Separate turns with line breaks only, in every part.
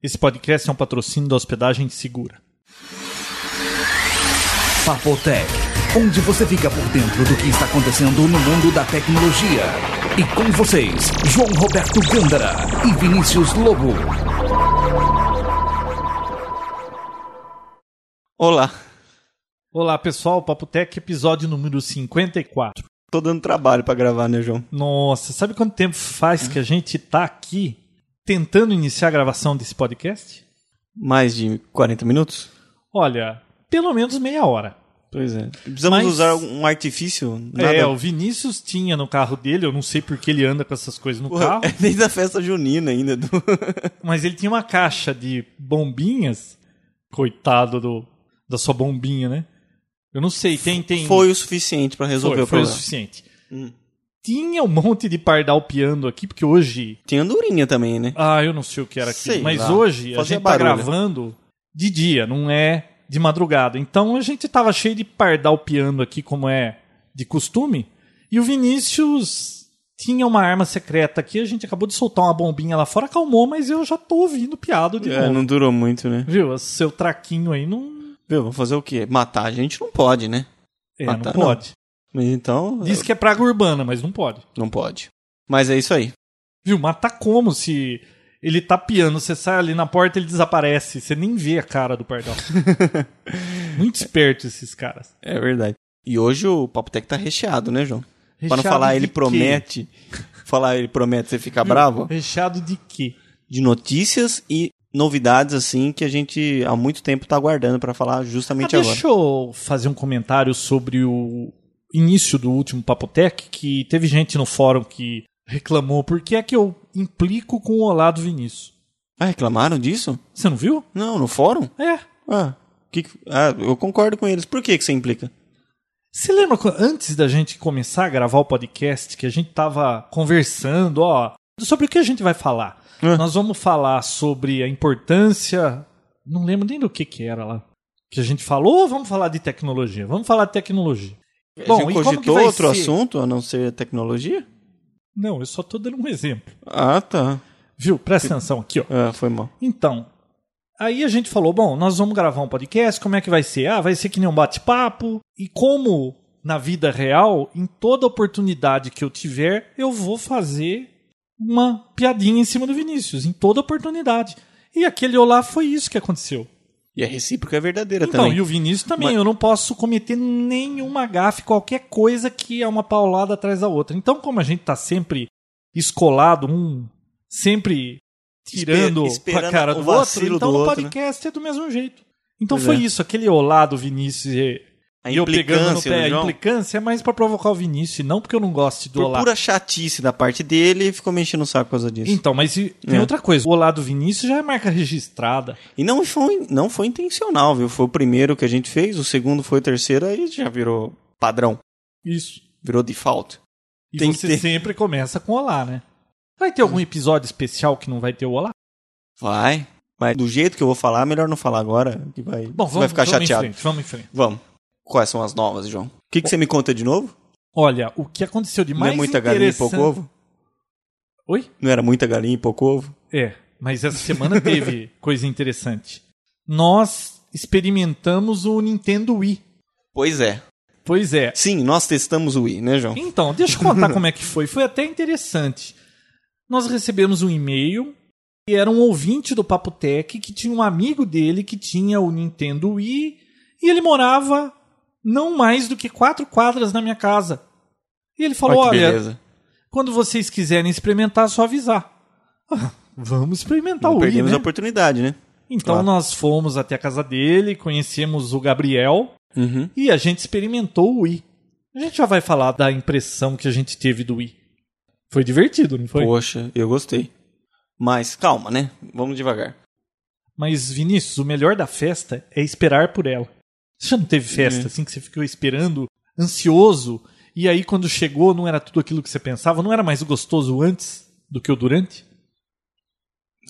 Esse podcast é um patrocínio da Hospedagem Segura.
Papotec, onde você fica por dentro do que está acontecendo no mundo da tecnologia. E com vocês, João Roberto Gândara e Vinícius Lobo.
Olá,
Olá pessoal, Papo Tech, episódio número 54.
tô dando trabalho pra gravar, né, João?
Nossa, sabe quanto tempo faz que a gente tá aqui tentando iniciar a gravação desse podcast?
Mais de 40 minutos?
Olha, pelo menos meia hora.
Pois é. Precisamos
Mas-
usar um artifício? Nada.
É, o Vinícius tinha no carro dele, eu não sei porque ele anda com essas coisas no
Porra,
carro,
é desde a festa junina ainda. Do...
mas ele tinha uma caixa de bombinhas. Coitado do, da sua bombinha, né? Eu não sei, tem. tem...
Foi o suficiente pra
foi,
resolver o
foi o
problema.
suficiente.
Hum.
Tinha um monte de pardal piando aqui, porque hoje.
Tem andorinha também, né?
Ah, eu não sei o que era aqui.
Sei
mas
lá.
hoje a
Fazia
gente tá
barulho.
gravando de dia, não é de madrugada. Então a gente tava cheio de pardal piando aqui, como é de costume. E o Vinícius tinha uma arma secreta aqui, a gente acabou de soltar uma bombinha lá fora, acalmou, mas eu já tô ouvindo piado de
É,
novo.
não durou muito, né?
Viu? Esse Seu traquinho aí não.
Viu, vamos fazer o quê? Matar a gente não pode, né?
É,
Ah,
não
tá, não.
pode.
Mas então.
Diz que é praga urbana, mas não pode.
Não pode. Mas é isso aí.
Viu? Mas tá como se ele tá piando, você sai ali na porta ele desaparece, você nem vê a cara do pardal. Muito esperto esses caras.
É verdade. E hoje o Papo Tech tá recheado, né, João? pra não
Recheado
falar
de
ele
quê?
promete. falar ele promete você ficar bravo.
Recheado de quê?
de notícias e novidades assim que a gente há muito tempo tá aguardando pra falar
Ah,
justamente agora.
deixa eu fazer um comentário sobre o início do último Papotec, que teve gente no fórum que reclamou por que é que eu implico com o Olá do Vinícius.
Ah, reclamaram disso?
Você não viu?
Não, no fórum?
É.
Ah, que que- ah, eu concordo com eles. Por que que você implica?
Você lembra quando- antes da gente começar a gravar o podcast que a gente tava conversando, ó, sobre o que a gente vai falar?
É.
Nós vamos falar sobre a importância, não lembro nem do que que era lá. Que a gente falou, "Ô, vamos falar de tecnologia, vamos falar de tecnologia. Bom,
você
e como que
cogitou
vai
outro
ser?
assunto a não ser tecnologia?
Não, eu só tô dando um exemplo.
Ah, tá.
Viu? Presta atenção aqui, ó.
Ah, foi mal.
Então, aí a gente falou, bom, nós vamos gravar um podcast, como é que vai ser? Ah, vai ser que nem um bate-papo. E como na vida real, em toda oportunidade que eu tiver, eu vou fazer uma piadinha em cima do Vinícius, em toda oportunidade. E aquele olá foi isso que aconteceu.
E a recíproca é verdadeira
Então,
também.
e o Vinícius também,
Mas-
eu não posso cometer nenhuma gafe, qualquer coisa que é uma paulada atrás da outra. Então, como a gente tá sempre escolado, um sempre tirando
Espe-
a
esperando
cara
o
do outro,
vacilo
então
do
no
outro, né?
podcast é do mesmo jeito. Então
Pois
foi
é.
isso, aquele olá do Vinícius e
A
e eu pegando no
implicância
pé,
do
a
João.
implicância é mais pra provocar o Vinícius, e não porque eu não gosto do
Por
olá.
pura chatice da parte dele, ficou me enchendo o saco por causa disso.
Então, mas e- tem
É.
outra coisa, o olá do Vinícius já é marca registrada.
E não foi, não foi intencional, viu? Foi o primeiro que a gente fez, o segundo foi o terceiro, aí já virou padrão,
Isso.
virou default.
E
Tem que
você
ter.
sempre começa com Olá, né? Vai ter algum episódio especial que não vai ter o Olá?
Vai. Mas do jeito que eu vou falar, melhor não falar agora, que vai,
Bom,
você
vamos,
vai ficar
vamos
chateado.
em frente, vamos em frente.
Vamos. Quais são as novas, João? O que, que você me conta de novo?
Olha, o que aconteceu de
Não
mais
é muita galinha e
interessante...
pouco ovo?
Oi?
Não era muita galinha e pouco ovo?
É, mas essa semana teve coisa interessante. Nós experimentamos o Nintendo Wii.
Pois é.
Pois é.
Sim, nós testamos o Wii, né, João?
Então, deixa eu contar como é que foi. Foi até interessante. Nós recebemos um e-mail e era um ouvinte do Papo Tech que tinha um amigo dele que tinha o Nintendo Wii e ele morava não mais do que quatro quadras na minha casa. E ele falou:
Olha que
Olha,
beleza.
quando vocês quiserem experimentar, é só avisar. Ah, Vamos experimentar
não
o Wii.
perdemos
né?
a oportunidade, né?
Então
Claro.
nós fomos até a casa dele, conhecemos o Gabriel,
Uhum.
e a gente experimentou o Wii. A gente já vai falar da impressão que a gente teve do Wii. Foi divertido, não foi?
Poxa, eu gostei. Mas calma, né? Vamos devagar.
Mas, Vinícius, o melhor da festa é esperar por ela. Você já não teve festa,
É.
assim, que você ficou esperando, ansioso, e aí quando chegou não era tudo aquilo que você pensava? Não era mais gostoso antes do que o durante?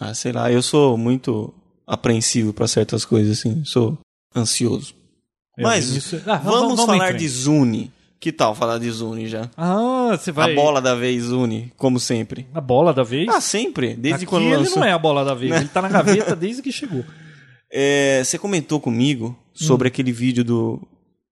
Ah, sei lá, eu sou muito apreensivo pra certas coisas, assim. Sou ansioso.
É,
Mas
Vinícius- Ah,
vamos, falar
em
de
frente.
Zune. Que tal falar de Zuni já?
Ah, você vai.
A bola da vez une, como sempre.
A bola da vez?
Ah, sempre, desde
Aqui
quando
ele
lançou. Né?
não é a bola da vez. Ele tá na gaveta desde que chegou.
É, você comentou comigo
Hum.
sobre aquele vídeo do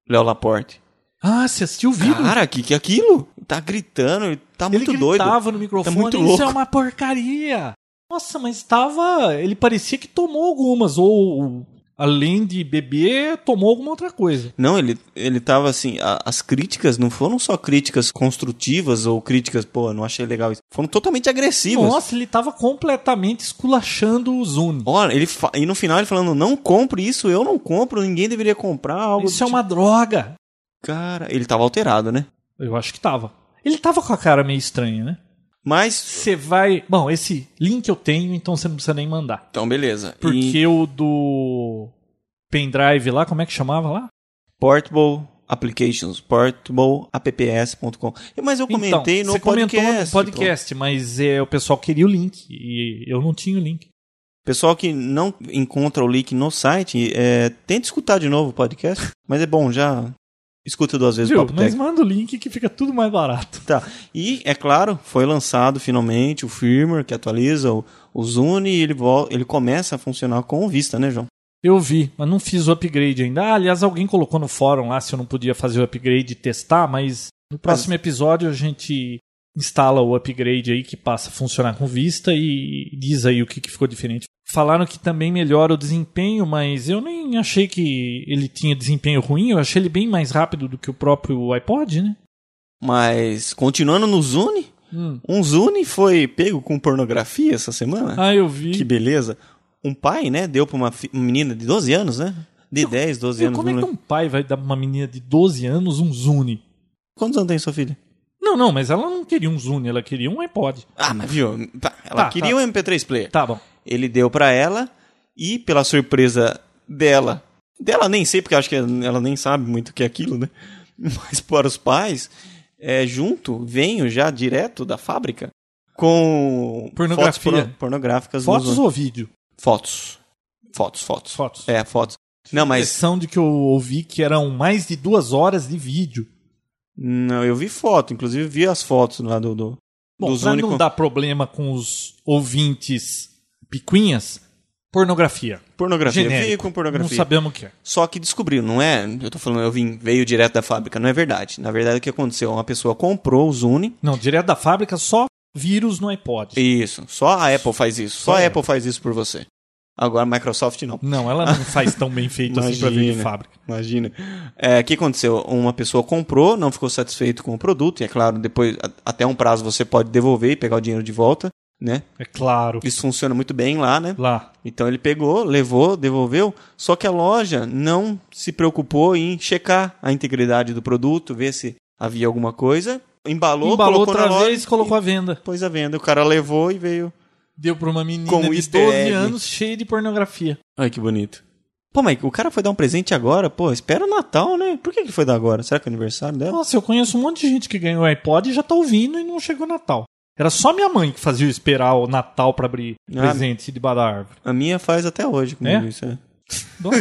Léo Laporte.
Ah, você assistiu o vídeo?
Cara, que que é aquilo? Tá gritando, ele tá
ele
muito doido.
gritava no microfone,
Tá muito
isso
louco."
é uma porcaria. Nossa, mas tava... Ele parecia que tomou algumas, ou, ou, além de beber, tomou alguma outra coisa.
Não, ele, ele tava assim. a- as críticas não foram só críticas construtivas ou críticas, pô, não achei legal isso. Foram totalmente agressivas.
Nossa, ele tava completamente esculachando o Zune.
Olha, ele fa- e no final ele falando, não compre isso, eu não compro, ninguém deveria comprar algo.
Isso
do
é uma droga.
tipo. Cara, ele tava alterado, né?
Eu acho que tava. Ele tava com a cara meio estranha, né?
Mas.
Você vai... Bom, esse link eu tenho, então você não precisa nem mandar.
Então, beleza.
Porque
E
o do pendrive lá, como é que chamava lá?
Portable Applications, portableapps.com. Mas eu comentei
então,
no
você comentou
podcast.
no podcast, mas é, o pessoal queria o link e eu não tinha o link.
Pessoal que não encontra o link no site, é, tenta escutar de novo o podcast, mas é bom, já escuta duas vezes o
Viu?
Papo
Mas
Tech.
manda o link que fica tudo mais barato.
Tá. E, é claro, foi lançado finalmente o firmware que atualiza o, o Zune e ele, vol- ele começa a funcionar com o Vista, né, João?
Eu vi, mas não fiz o upgrade ainda. Ah, aliás, alguém colocou no fórum lá se eu não podia fazer o upgrade e testar, mas no próximo episódio a gente instala o upgrade aí que passa a funcionar com vista e diz aí o que, que ficou diferente. Falaram que também melhora o desempenho, mas eu nem achei que ele tinha desempenho ruim, eu achei ele bem mais rápido do que o próprio iPod, né?
Mas, continuando no Zune, um Zune foi pego com pornografia essa semana.
Ah, eu vi.
Que beleza. Um pai, né, deu pra uma, fi- uma menina de 12 anos, né? De 10, 12
Meu,
anos.
como é
não
que
lembro.
um pai vai dar pra uma menina de 12 anos um Zune?
Quantos anos tem sua filha?
Não, não, mas ela não queria um Zune, ela queria um iPod.
Ah, mas viu, pá, ela
Tá,
queria
tá.
um MP3 player.
Tá bom.
Ele deu pra ela e pela surpresa dela, dela nem sei porque acho que ela nem sabe muito o que é aquilo, né? Mas para os pais, é, junto venho já direto da fábrica com
Pornografia.
fotos porno- pornográficas, no
Fotos
Zoom.
ou vídeo?
fotos, fotos, fotos,
Fotos.
É, fotos. Não,
A
mas
impressão de que eu ouvi que eram mais de duas horas de vídeo.
não, eu vi foto, inclusive vi as fotos lá do do,
Bom,
do
pra
Zune
não
com-
dar problema com os ouvintes picuinhas, pornografia.
pornografia, vi
Genérico.
com pornografia.
Não sabemos o que é.
Só que descobriu, não é? Eu tô falando, eu vim, veio direto da fábrica. Não é verdade. Na verdade, o que aconteceu? Uma pessoa comprou o Zune.
Não, direto da fábrica, só vírus no iPod.
Isso. Só a Apple faz isso. Só
Só
a
a
Apple faz isso por você. Agora a Microsoft não.
Não, ela não faz tão bem feito assim pra vir de
Imagina.
fábrica.
Imagina. É, O que aconteceu? Uma pessoa comprou, não ficou satisfeito com o produto. E é claro, depois, a- até um prazo, você pode devolver e pegar o dinheiro de volta, né?
É claro.
Isso funciona muito bem lá, né?
Lá.
Então ele pegou, levou, devolveu, só que a loja não se preocupou em checar a integridade do produto, ver se havia alguma coisa. Embalou,
Embalou
colocou
outra
na loja
vez e colocou à venda.
e pôs à venda. O cara levou e veio.
Deu pra uma menina
Com
de
easter
12
egg.
anos cheia de pornografia.
Ai, que bonito. Pô, mas o cara foi dar um presente agora? Pô, espera o Natal, né? Por que que foi dar agora? Será que é aniversário dela?
Nossa, eu conheço um monte de gente que ganhou iPod e já tá ouvindo e não chegou Natal. Era só minha mãe que fazia eu esperar o Natal pra abrir
Ah.
presente debaixo da árvore.
A minha faz até hoje comigo
É?
isso. É.
Nossa.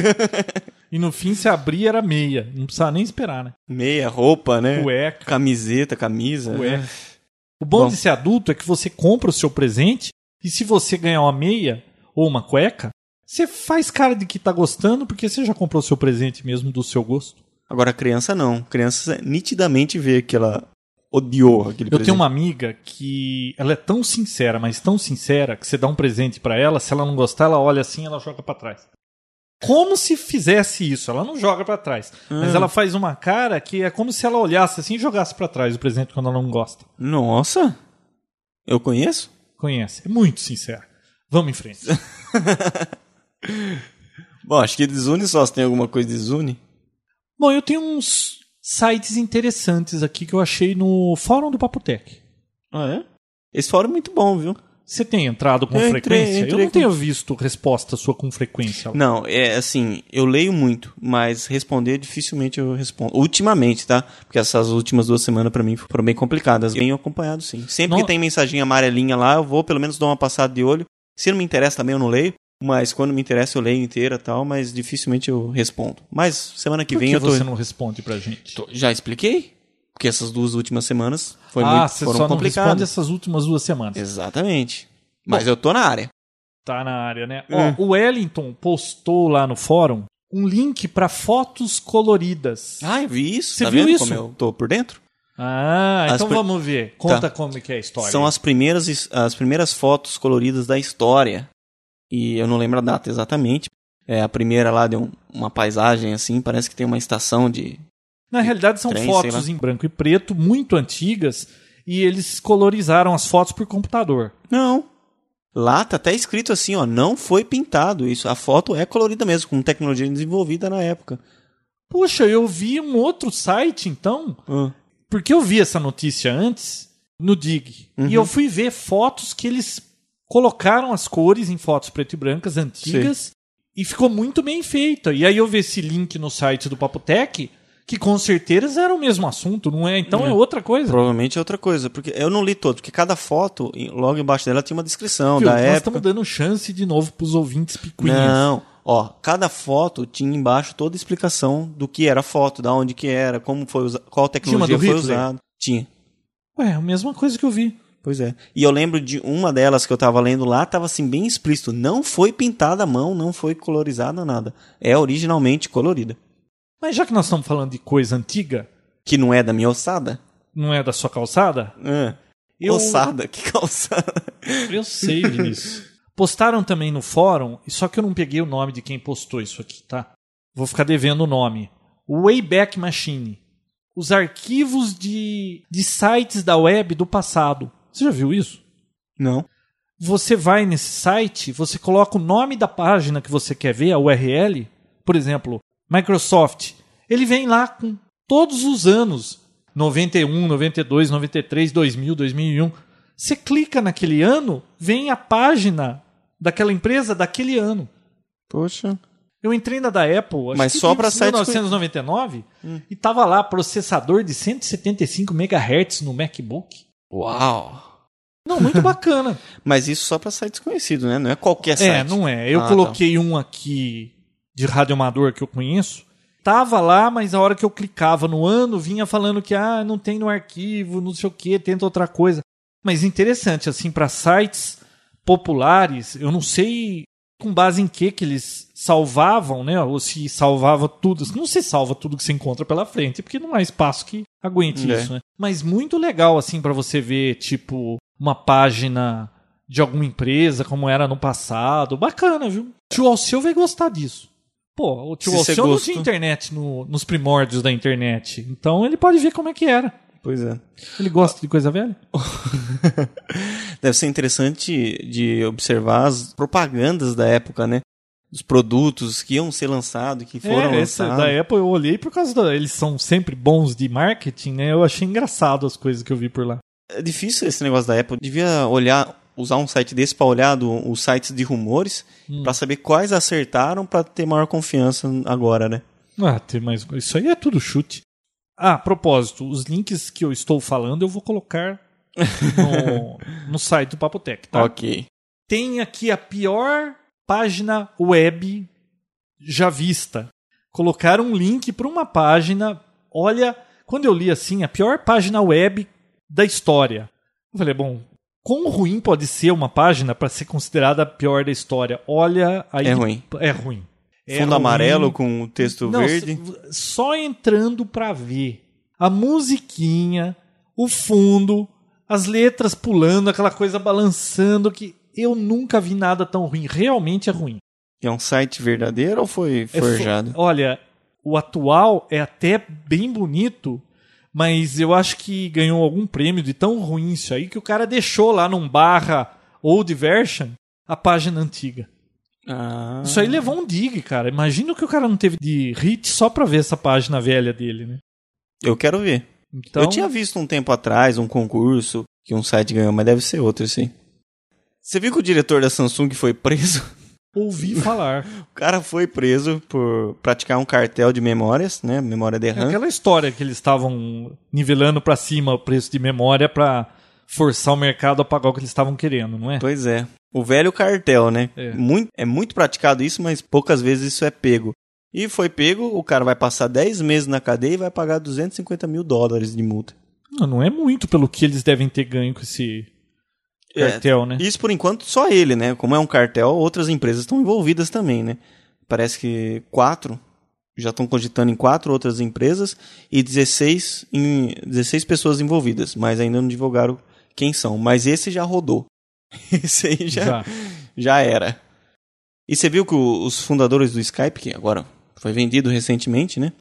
e no fim, se abrir, era meia. Não precisava nem esperar, né?
Meia, roupa, né?
Cueca,
Camiseta, camisa.
cueca. O bom,
É. Bom.
de ser adulto é que você compra o seu presente e se você ganhar uma meia ou uma cueca, você faz cara de que tá gostando porque você já comprou o seu presente mesmo do seu gosto.
Agora, criança não. Criança nitidamente vê que ela odiou aquele
Eu
presente.
tenho uma amiga que ela é tão sincera, mas tão sincera, que você dá um presente pra ela, se ela não gostar, ela olha assim, ela joga pra trás. Como se fizesse isso, ela não joga pra trás,
Ah.
mas ela faz uma cara que é como se ela olhasse assim e jogasse pra trás o presente quando ela não gosta.
Nossa! Eu conheço?
Conhece, é muito sincera. Vamos em frente.
Bom, acho que desune só se tem alguma coisa de desune.
Bom, eu tenho uns sites interessantes aqui que eu achei no fórum do Papotec.
Ah, é? Esse fórum é muito bom, viu?
Você tem entrado com
Eu entrei,
frequência? eu
entrei
não
com-
tenho visto resposta sua com frequência. lá.
Não, é assim, eu leio muito, mas responder dificilmente eu respondo. Ultimamente, tá? Porque essas últimas duas semanas pra mim foram bem complicadas. Bem acompanhado, sim. Sempre
No-
que tem mensagem amarelinha lá, eu vou pelo menos dar uma passada de olho. Se não me interessa também, eu não leio. Mas quando me interessa, eu leio inteira e tal, mas dificilmente eu respondo. Mas semana que
Por
vem
que
eu tô.
você não responde pra gente?
tô- Já expliquei? Porque essas duas últimas semanas foi
ah,
muito,
você
foram
só não responde
complicadas.
essas últimas duas semanas.
Exatamente. Mas eu tô na área.
Tá na área, né?
É.
Ó, o Wellington postou lá no fórum um link pra fotos coloridas.
Ah, eu vi isso.
Você
tá
viu
vendo
isso?
como eu tô por dentro?
Ah,
As
então
pri-
vamos ver. Conta como que é a história.
São as primeiras, his- as primeiras fotos coloridas da história. E eu não lembro a data exatamente. É, a primeira lá deu um- uma paisagem assim, parece que tem uma estação de.
Na realidade, são
trem, sei
fotos em branco e preto, muito antigas, e eles colorizaram as fotos por computador.
Não. Lá tá até escrito assim, ó, não foi pintado isso. A foto é colorida mesmo, com tecnologia desenvolvida na época.
Puxa, eu vi um outro site, então,
Ah.
porque eu vi essa notícia antes no Dig.
Uhum.
E eu fui ver fotos que eles colocaram as cores em fotos preto e brancas antigas e ficou muito bem feita. E aí eu vi esse link no site do Papotec, que com certeza era o mesmo assunto, não é? Então é, outra coisa.
Provavelmente é outra coisa, porque eu não li todo, porque cada foto, em- logo embaixo dela tinha uma descrição
Viu?
da
Nós
época.
estamos dando chance de novo pros ouvintes picuinhas.
Não, ó, cada foto tinha embaixo toda a explicação do que era a foto, da onde que era, como foi usa- qual
uma
tecnologia
do
foi
Hitler?
usada. Tinha.
Ué, a mesma coisa que eu vi.
Pois é. E eu lembro de uma delas que eu tava lendo lá, tava assim bem explícito, não foi pintada à mão, não foi colorizada nada. É originalmente colorida,
Mas já que nós estamos falando de coisa antiga,
que não é da minha ossada.
não é da sua calçada?
É.
Eu-
Ossada, que calçada.
Eu sei, Vinícius. Postaram também no fórum, só que eu não peguei o nome de quem postou isso aqui, tá? Vou ficar devendo o nome. Wayback Machine. Os arquivos de, de sites da web do passado. Você já viu isso?
Não.
Você vai nesse site, você coloca o nome da página que você quer ver, a URL, por exemplo, Microsoft. Ele vem lá com todos os anos, 91, 92, 93, 2000, 2001. Você clica naquele ano, vem a página daquela empresa daquele ano.
Poxa.
Eu entrei na da Apple, acho
Mas
que
só
em
pra sites
1999,
Hum.
e tava lá processador de 175 MHz no MacBook.
Uau.
Não, muito bacana.
Mas isso só para sites conhecidos, né? Não é qualquer site.
É, não é. Eu
Ah,
coloquei um aqui de rádio amador que eu conheço. Tava lá, mas a hora que eu clicava no ano, vinha falando que ah, não tem no arquivo, não sei o que, tenta outra coisa. Mas interessante, assim, para sites populares, eu não sei com base em que que eles salvavam, né? Ou se salvava tudo. Não se salva tudo que você encontra pela frente, porque não há espaço que aguente
É.
isso, né? Mas muito legal, assim, para você ver, tipo, uma página de alguma empresa, como era no passado. Bacana, viu? Tio Alceu vai gostar disso. Pô, o tio
Se você
Alceu não
gostou.
tinha internet no- nos primórdios da internet. Então ele pode ver como é que era.
Pois é.
Ele gosta de coisa velha?
Deve ser interessante de observar as propagandas da época, né? Os produtos que iam ser lançados, que foram
é, esse
lançados.
da Apple eu olhei por causa da. Eles são sempre bons de marketing, né? Eu achei engraçado as coisas que eu vi por lá.
É difícil esse negócio da Apple. Devia olhar, usar um site desse para olhar do- os sites de rumores,
Hum.
pra para saber quais acertaram para ter maior confiança agora, né?
Ah, tem mais. Isso aí é tudo chute. Ah, a propósito, os links que eu estou falando eu vou colocar no, no site do Papotec, tá?
Ok.
Tem aqui a pior página web já vista. Colocaram um link para uma página. Olha, quando eu li assim, a pior página web da história. Eu falei, bom, quão ruim pode ser uma página para ser considerada a pior da história? Olha aí.
É
que-
ruim.
É ruim. É
Fundo
ruim.
amarelo com o texto
Não,
verde.
s- Só entrando pra ver. A musiquinha, o fundo, as letras pulando, aquela coisa balançando que eu nunca vi nada tão ruim. Realmente é ruim.
É um site verdadeiro ou foi
É fo-
forjado?
Olha, o atual é até bem bonito, mas eu acho que ganhou algum prêmio de tão ruim isso aí que o cara deixou lá num barra old version a página antiga.
Ah.
Isso aí levou um dig, cara. Imagina o que o cara não teve de hit só pra ver essa página velha dele, né?
Eu quero ver.
Então,
Eu tinha visto um tempo atrás um concurso que um site ganhou, mas deve ser outro, sim. Você viu que o diretor da Samsung foi preso?
ouvi falar.
O cara foi preso por praticar um cartel de memórias, né? Memória de
É
RAM.
aquela história que eles estavam nivelando pra cima o preço de memória pra forçar o mercado a pagar o que eles estavam querendo, não é?
Pois é. O velho cartel, né?
É.
Muito, é muito praticado isso, mas poucas vezes isso é pego. E foi pego, o cara vai passar 10 meses na cadeia e vai pagar 250 mil dólares de multa.
Não, não é muito pelo que eles devem ter ganho com esse
É,
cartel, né?
Isso por enquanto só ele, né? Como é um cartel, outras empresas estão envolvidas também, né? Parece que quatro já estão cogitando em quatro outras empresas e 16, em, 16 pessoas envolvidas, mas ainda não divulgaram quem são. Mas esse já rodou. Esse aí já, já.
Já. Então.
era. E você viu que o- os fundadores do Skype, que agora foi vendido recentemente, né?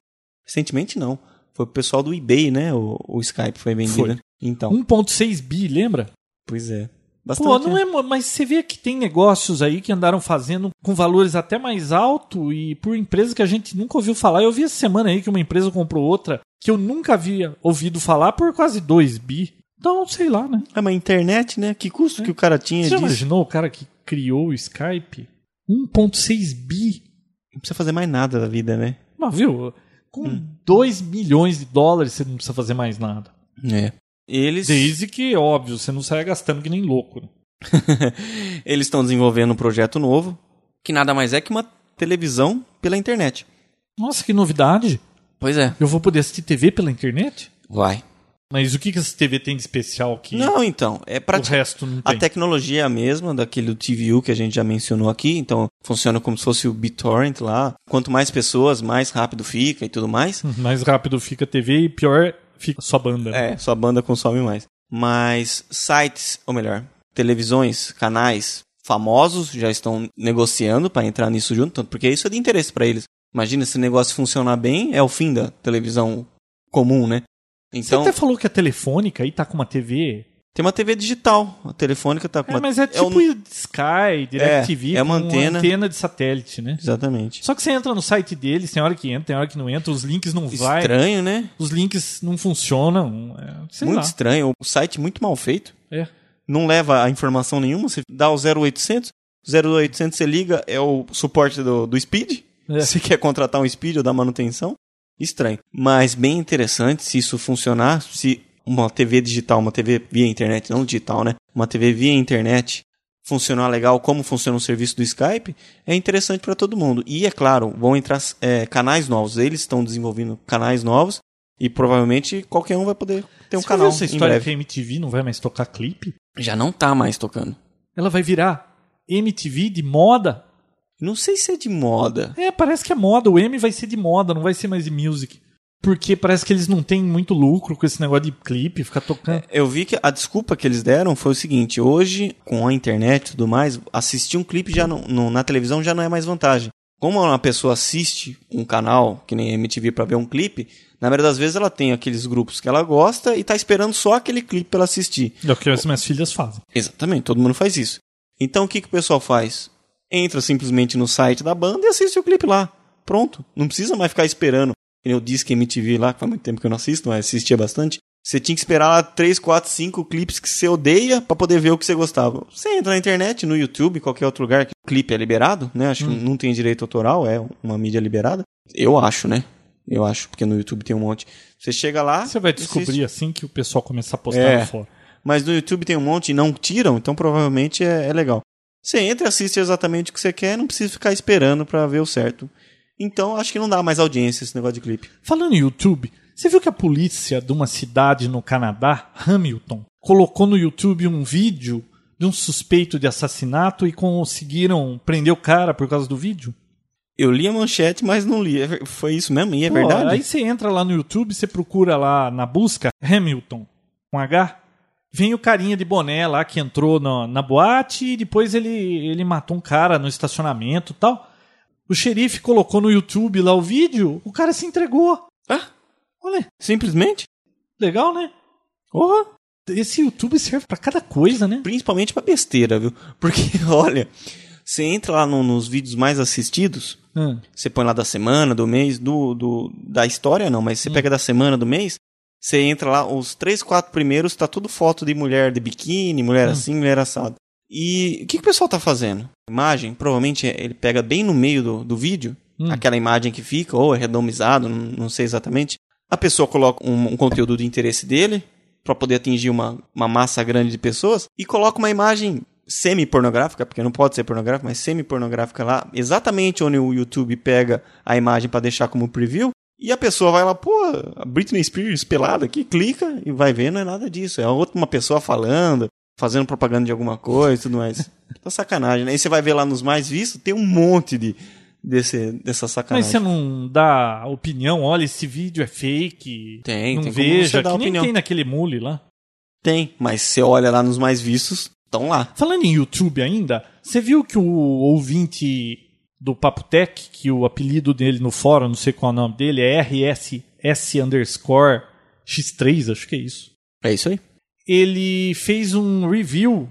Recentemente não. Foi o pessoal do eBay, né? O, o Skype foi vendido.
Foi.
né? Então,
1.6 bi, lembra?
pois é.
Pô, não
né?
é, mo- mas você vê que tem negócios aí que andaram fazendo com valores até mais alto e por empresas que a gente nunca ouviu falar. Eu vi essa semana aí que uma empresa comprou outra que eu nunca havia ouvido falar por quase 2 bi. Então, sei lá, né?
Ah, mas internet, né? Que custo que o cara tinha
Você já
disso?
imaginou o cara que criou o Skype? 1.6 bi.
Não precisa fazer mais nada da vida, né?
Mas viu? Com
Hum.
2 milhões de dólares você não precisa fazer mais nada.
É. Eles
Desde que, óbvio, você não saia gastando que nem louco. né?
eles estão desenvolvendo um projeto novo, que nada mais é que uma televisão pela internet.
Nossa, que novidade.
Pois é.
Eu vou poder assistir TV pela internet?
Vai.
Mas o que, que essa TV tem de especial que
Não, então, é
o
praticamente
resto não
a
tem?
tecnologia é a mesma daquele TVU que a gente já mencionou aqui, então funciona como se fosse o BitTorrent lá. Quanto mais pessoas, mais rápido fica e tudo mais.
Hum, Mais rápido fica a TV e pior fica só banda. né?
É, sua banda consome mais. Mas sites, ou melhor, televisões, canais famosos já estão negociando para entrar nisso junto, tanto- porque isso é de interesse para eles. Imagina se o negócio funcionar bem, é o fim da televisão comum, né?
Você
Então,
até falou que a telefônica aí tá com uma TV.
tem uma TV digital, a telefônica tá com
É,
uma
mas é tipo
um-
Sky, DirecTV,
é uma
com
antena.
antena de satélite, né?
Exatamente.
Só que você entra no site deles, tem hora que entra, tem hora que não entra, os links não vai,
Estranho, né?
os links não funcionam, é, sei
muito
lá.
estranho, o site muito mal feito.
É.
não leva a informação nenhuma, você dá o 0800, 0800 você liga, é o suporte do, do Speed,
É.
você quer contratar um Speed ou dar manutenção, estranho. Mas bem interessante se isso funcionar, se uma TV digital, uma TV via internet, não digital, né? Uma TV via internet funcionar legal, como funciona o serviço do Skype, é interessante para todo mundo. E é claro, vão entrar é, canais novos, eles estão desenvolvendo canais novos e provavelmente qualquer um vai poder ter um
Você já
canal
viu essa
em
história que
breve.
a MTV não vai mais tocar clipe?
Já não tá mais tocando.
Ela vai virar MTV de moda?
Não sei se é de moda.
É, parece que é moda. O M vai ser de moda, não vai ser mais de music. Porque parece que eles não têm muito lucro com esse negócio de clipe, ficar tocando.
Eu vi que a desculpa que eles deram foi o seguinte: hoje, com a internet e tudo mais, assistir um clipe já não, não- na televisão já não é mais vantagem. Como uma pessoa assiste um canal, que nem a MTV, pra ver um clipe, na maioria das vezes ela tem aqueles grupos que ela gosta e tá esperando só aquele clipe pra ela assistir.
É o que as minhas filhas fazem.
Exatamente, todo mundo faz isso. Então o que, que o pessoal faz? Entra simplesmente no site da banda e assiste o clipe lá. Pronto. Não precisa mais ficar esperando. Que nem Eu disse que MTV lá, que faz muito tempo que eu não assisto, mas assistia bastante. Você tinha que esperar lá 3, 4, 5 clipes que você odeia pra poder ver o que você gostava. Você entra na internet, no YouTube, qualquer outro lugar que o clipe é liberado, né? Acho
Hum.
que não tem direito autoral, é uma mídia liberada. Eu acho, né? Eu acho, porque no YouTube tem um monte. Você chega lá.
Você vai
assiste.
descobrir assim que o pessoal começar a postar
Ah, É.
lá fora.
Mas no YouTube tem um monte e não tiram, então provavelmente é, é legal. Você entra e assiste exatamente o que você quer, não precisa ficar esperando pra ver o certo. Então acho que não dá mais audiência esse negócio de clipe.
Falando em YouTube, você viu que a polícia de uma cidade no Canadá, Hamilton, colocou no YouTube um vídeo de um suspeito de assassinato e conseguiram prender o cara por causa do vídeo?
Eu li a manchete, mas não li. É ver- Foi isso mesmo? E é
Pô,
verdade?
Aí você entra lá no YouTube, você procura lá na busca Hamilton com H. Vem o carinha de boné lá que entrou na, na boate e depois ele, ele matou um cara no estacionamento e tal. O xerife colocou no YouTube lá o vídeo, o cara se entregou.
Ah,
Olha,
simplesmente?
legal, né?
Porra!
Esse YouTube serve pra cada coisa, né?
Principalmente pra besteira, viu? Porque, olha, você entra lá no- nos vídeos mais assistidos,
Hum.
Você põe lá da semana, do mês, do, do da história não, mas você pega da semana, do mês, você entra lá, os três, quatro primeiros, tá tudo foto de mulher de biquíni, mulher assim, mulher assado. E o que, que o pessoal tá fazendo? Imagem, provavelmente é- ele pega bem no meio do, do vídeo,
Hum.
aquela imagem que fica, ou é randomizado, não, não sei exatamente. A pessoa coloca um, um conteúdo de interesse dele, pra poder atingir uma, uma massa grande de pessoas, e coloca uma imagem semi-pornográfica, porque não pode ser pornográfica, mas semi-pornográfica lá, exatamente onde o YouTube pega a imagem para deixar como preview, e a pessoa vai lá, pô, a Britney Spears pelada aqui, clica e vai ver, não é nada disso. É outra uma pessoa falando, fazendo propaganda de alguma coisa e tudo mais. tá sacanagem, né? E você vai ver lá nos mais vistos, tem um monte de desse, dessa
Mas
sacanagem.
você não dá opinião, olha, esse vídeo é fake.
Tem,
não
tem como
veja,
você dar
que nem
opinião.
tem naquele mule lá.
Tem, mas você olha lá nos mais vistos, estão lá.
Falando em YouTube ainda, você viu que o ouvinte do Papo Tech, que o apelido dele no fórum, não sei qual é o nome dele, é RSS underscore X3, acho que é isso.
É isso aí.
Ele fez um review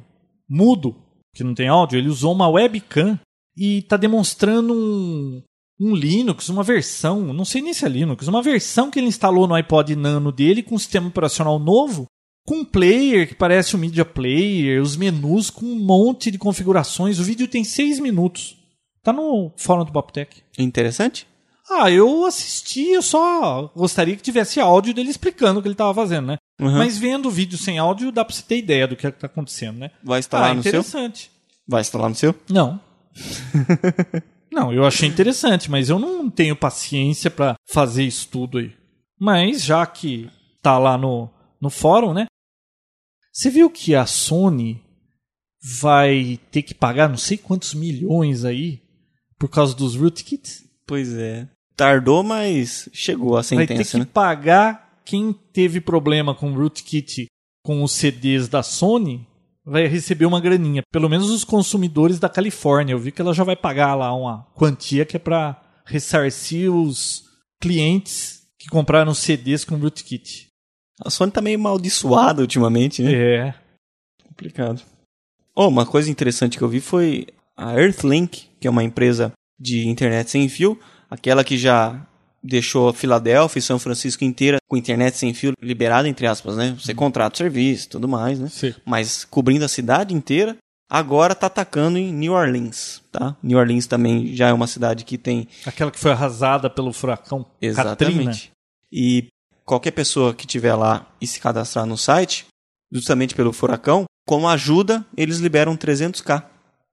mudo, que não tem áudio, ele usou uma webcam e está demonstrando um, um Linux, uma versão, não sei nem se é Linux, uma versão que ele instalou no iPod Nano dele com um sistema operacional novo com um player que parece um media player, os menus com um monte de configurações. O vídeo tem seis minutos. Tá no fórum do Papotec.
Interessante?
Ah, eu assisti, eu só gostaria que tivesse áudio dele explicando o que ele tava fazendo, né?
Uhum.
Mas vendo o vídeo sem áudio, dá pra você ter ideia do que é que tá acontecendo, né?
Vai instalar
ah,
Tá no seu?
interessante.
Vai instalar no seu?
Não. não, eu achei interessante, mas eu não tenho paciência pra fazer isso tudo aí. Mas já que tá lá no, no fórum, né? Você viu que a Sony vai ter que pagar não sei quantos milhões aí por causa dos rootkits?
Pois é. Tardou, mas chegou a
Vai ter
sentença,
que
né?
pagar quem teve problema com o rootkit com os CDs da Sony vai receber uma graninha. Pelo menos os consumidores da Califórnia. Eu vi que ela já vai pagar lá uma quantia que é pra ressarcir os clientes que compraram CDs com rootkit.
A Sony tá meio maldiçoada ultimamente, né?
É.
Complicado. Oh, uma coisa interessante que eu vi foi a Earthlink, que é uma empresa de internet sem fio, aquela que já deixou Filadélfia e São Francisco inteira com internet sem fio liberada, entre aspas, né? Você contrata o serviço e tudo mais, né?
Sim.
mas cobrindo a cidade inteira, agora tá atacando em New Orleans, tá? New Orleans também já é uma cidade que tem
Aquela que foi arrasada pelo furacão Katrina.
exatamente. E qualquer pessoa que tiver lá e se cadastrar no site, justamente pelo furacão, como ajuda, eles liberam 300k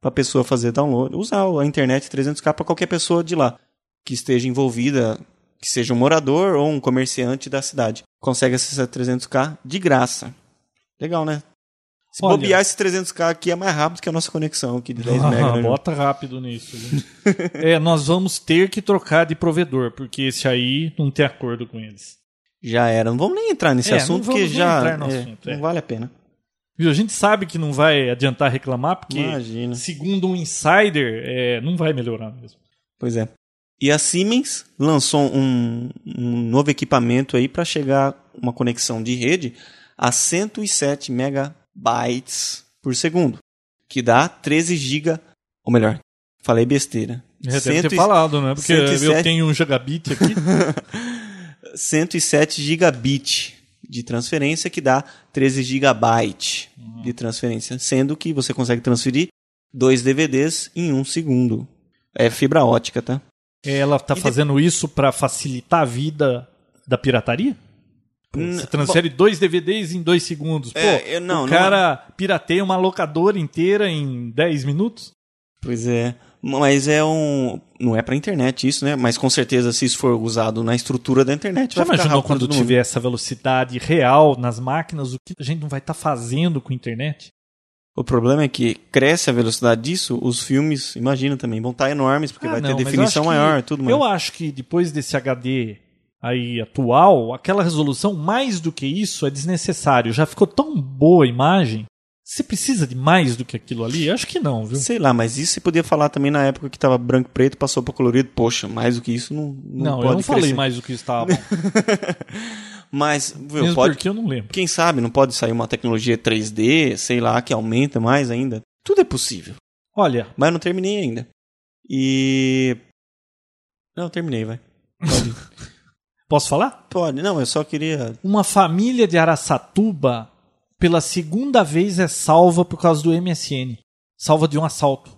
para pessoa fazer download, usar a internet 300k para qualquer pessoa de lá que esteja envolvida, que seja um morador ou um comerciante da cidade. Consegue acessar 300k de graça. Legal, né? Se
Olha.
bobear esse 300k aqui é mais rápido que a nossa conexão aqui de 10
Ah,
mega. né, Ju?
bota rápido nisso. viu? é, nós vamos ter que trocar de provedor, porque esse aí não tem acordo com eles.
Já era. Não vamos nem entrar nesse
É, não
assunto,
vamos
porque
nem
já
entrar no
é,
assunto, é.
não vale a pena.
Viu? A gente sabe que não vai adiantar reclamar, porque,
Imagina.
segundo um insider, é, não vai melhorar mesmo.
Pois é. E a Siemens lançou um, um novo equipamento aí para chegar uma conexão de rede a 107 megabytes por segundo, que dá 13 giga, ou melhor, falei besteira.
É, deve ter
107
falado, né? Porque
107.
eu tenho um gigabit aqui.
107 gigabit de transferência, que dá 13 gigabyte de transferência, sendo que você consegue transferir dois DVDs em um segundo. É fibra ótica, tá?
Ela tá
E de-
fazendo isso pra facilitar a vida da pirataria? Pô,
Hum,
Você transfere dois DVDs em dois segundos. Pô,
É, eu- não,
o
não-
cara pirateia uma locadora inteira em 10 minutos?
Pois é. Mas é um. Não é pra internet isso, né? Mas com certeza, se isso for usado na estrutura da internet,
Já
vai ficar
imaginou
rápido pra
quando
todo mundo.
tiver essa velocidade real nas máquinas, o que a gente não vai estar fazendo com a internet?
O problema é que cresce a velocidade disso, os filmes, imagina também, vão estar enormes, porque
Ah,
vai
não,
ter
mas
definição
eu acho que-
maior, tudo mais.
Eu acho que depois desse HD aí atual, aquela resolução, mais do que isso, é desnecessário. Já ficou tão boa a imagem. Você precisa de mais do que aquilo ali? Eu Acho que não, viu?
Sei lá, mas isso você podia falar também na época que tava branco e preto, passou pra colorido. Poxa, mais do que isso não, não,
Não,
pode
eu não falei
crescer.
mais do que estava. Mesmo
Mas, viu, pode,
porque eu não lembro.
quem sabe, não pode sair uma tecnologia 3D, sei lá, que aumenta mais ainda. Tudo é possível.
Olha,
Mas eu não terminei ainda. E. Não, eu terminei, vai.
posso falar?
Pode, não, eu só queria.
Uma família de Araçatuba, pela segunda vez, é salva por causa do MSN. Salva de um assalto.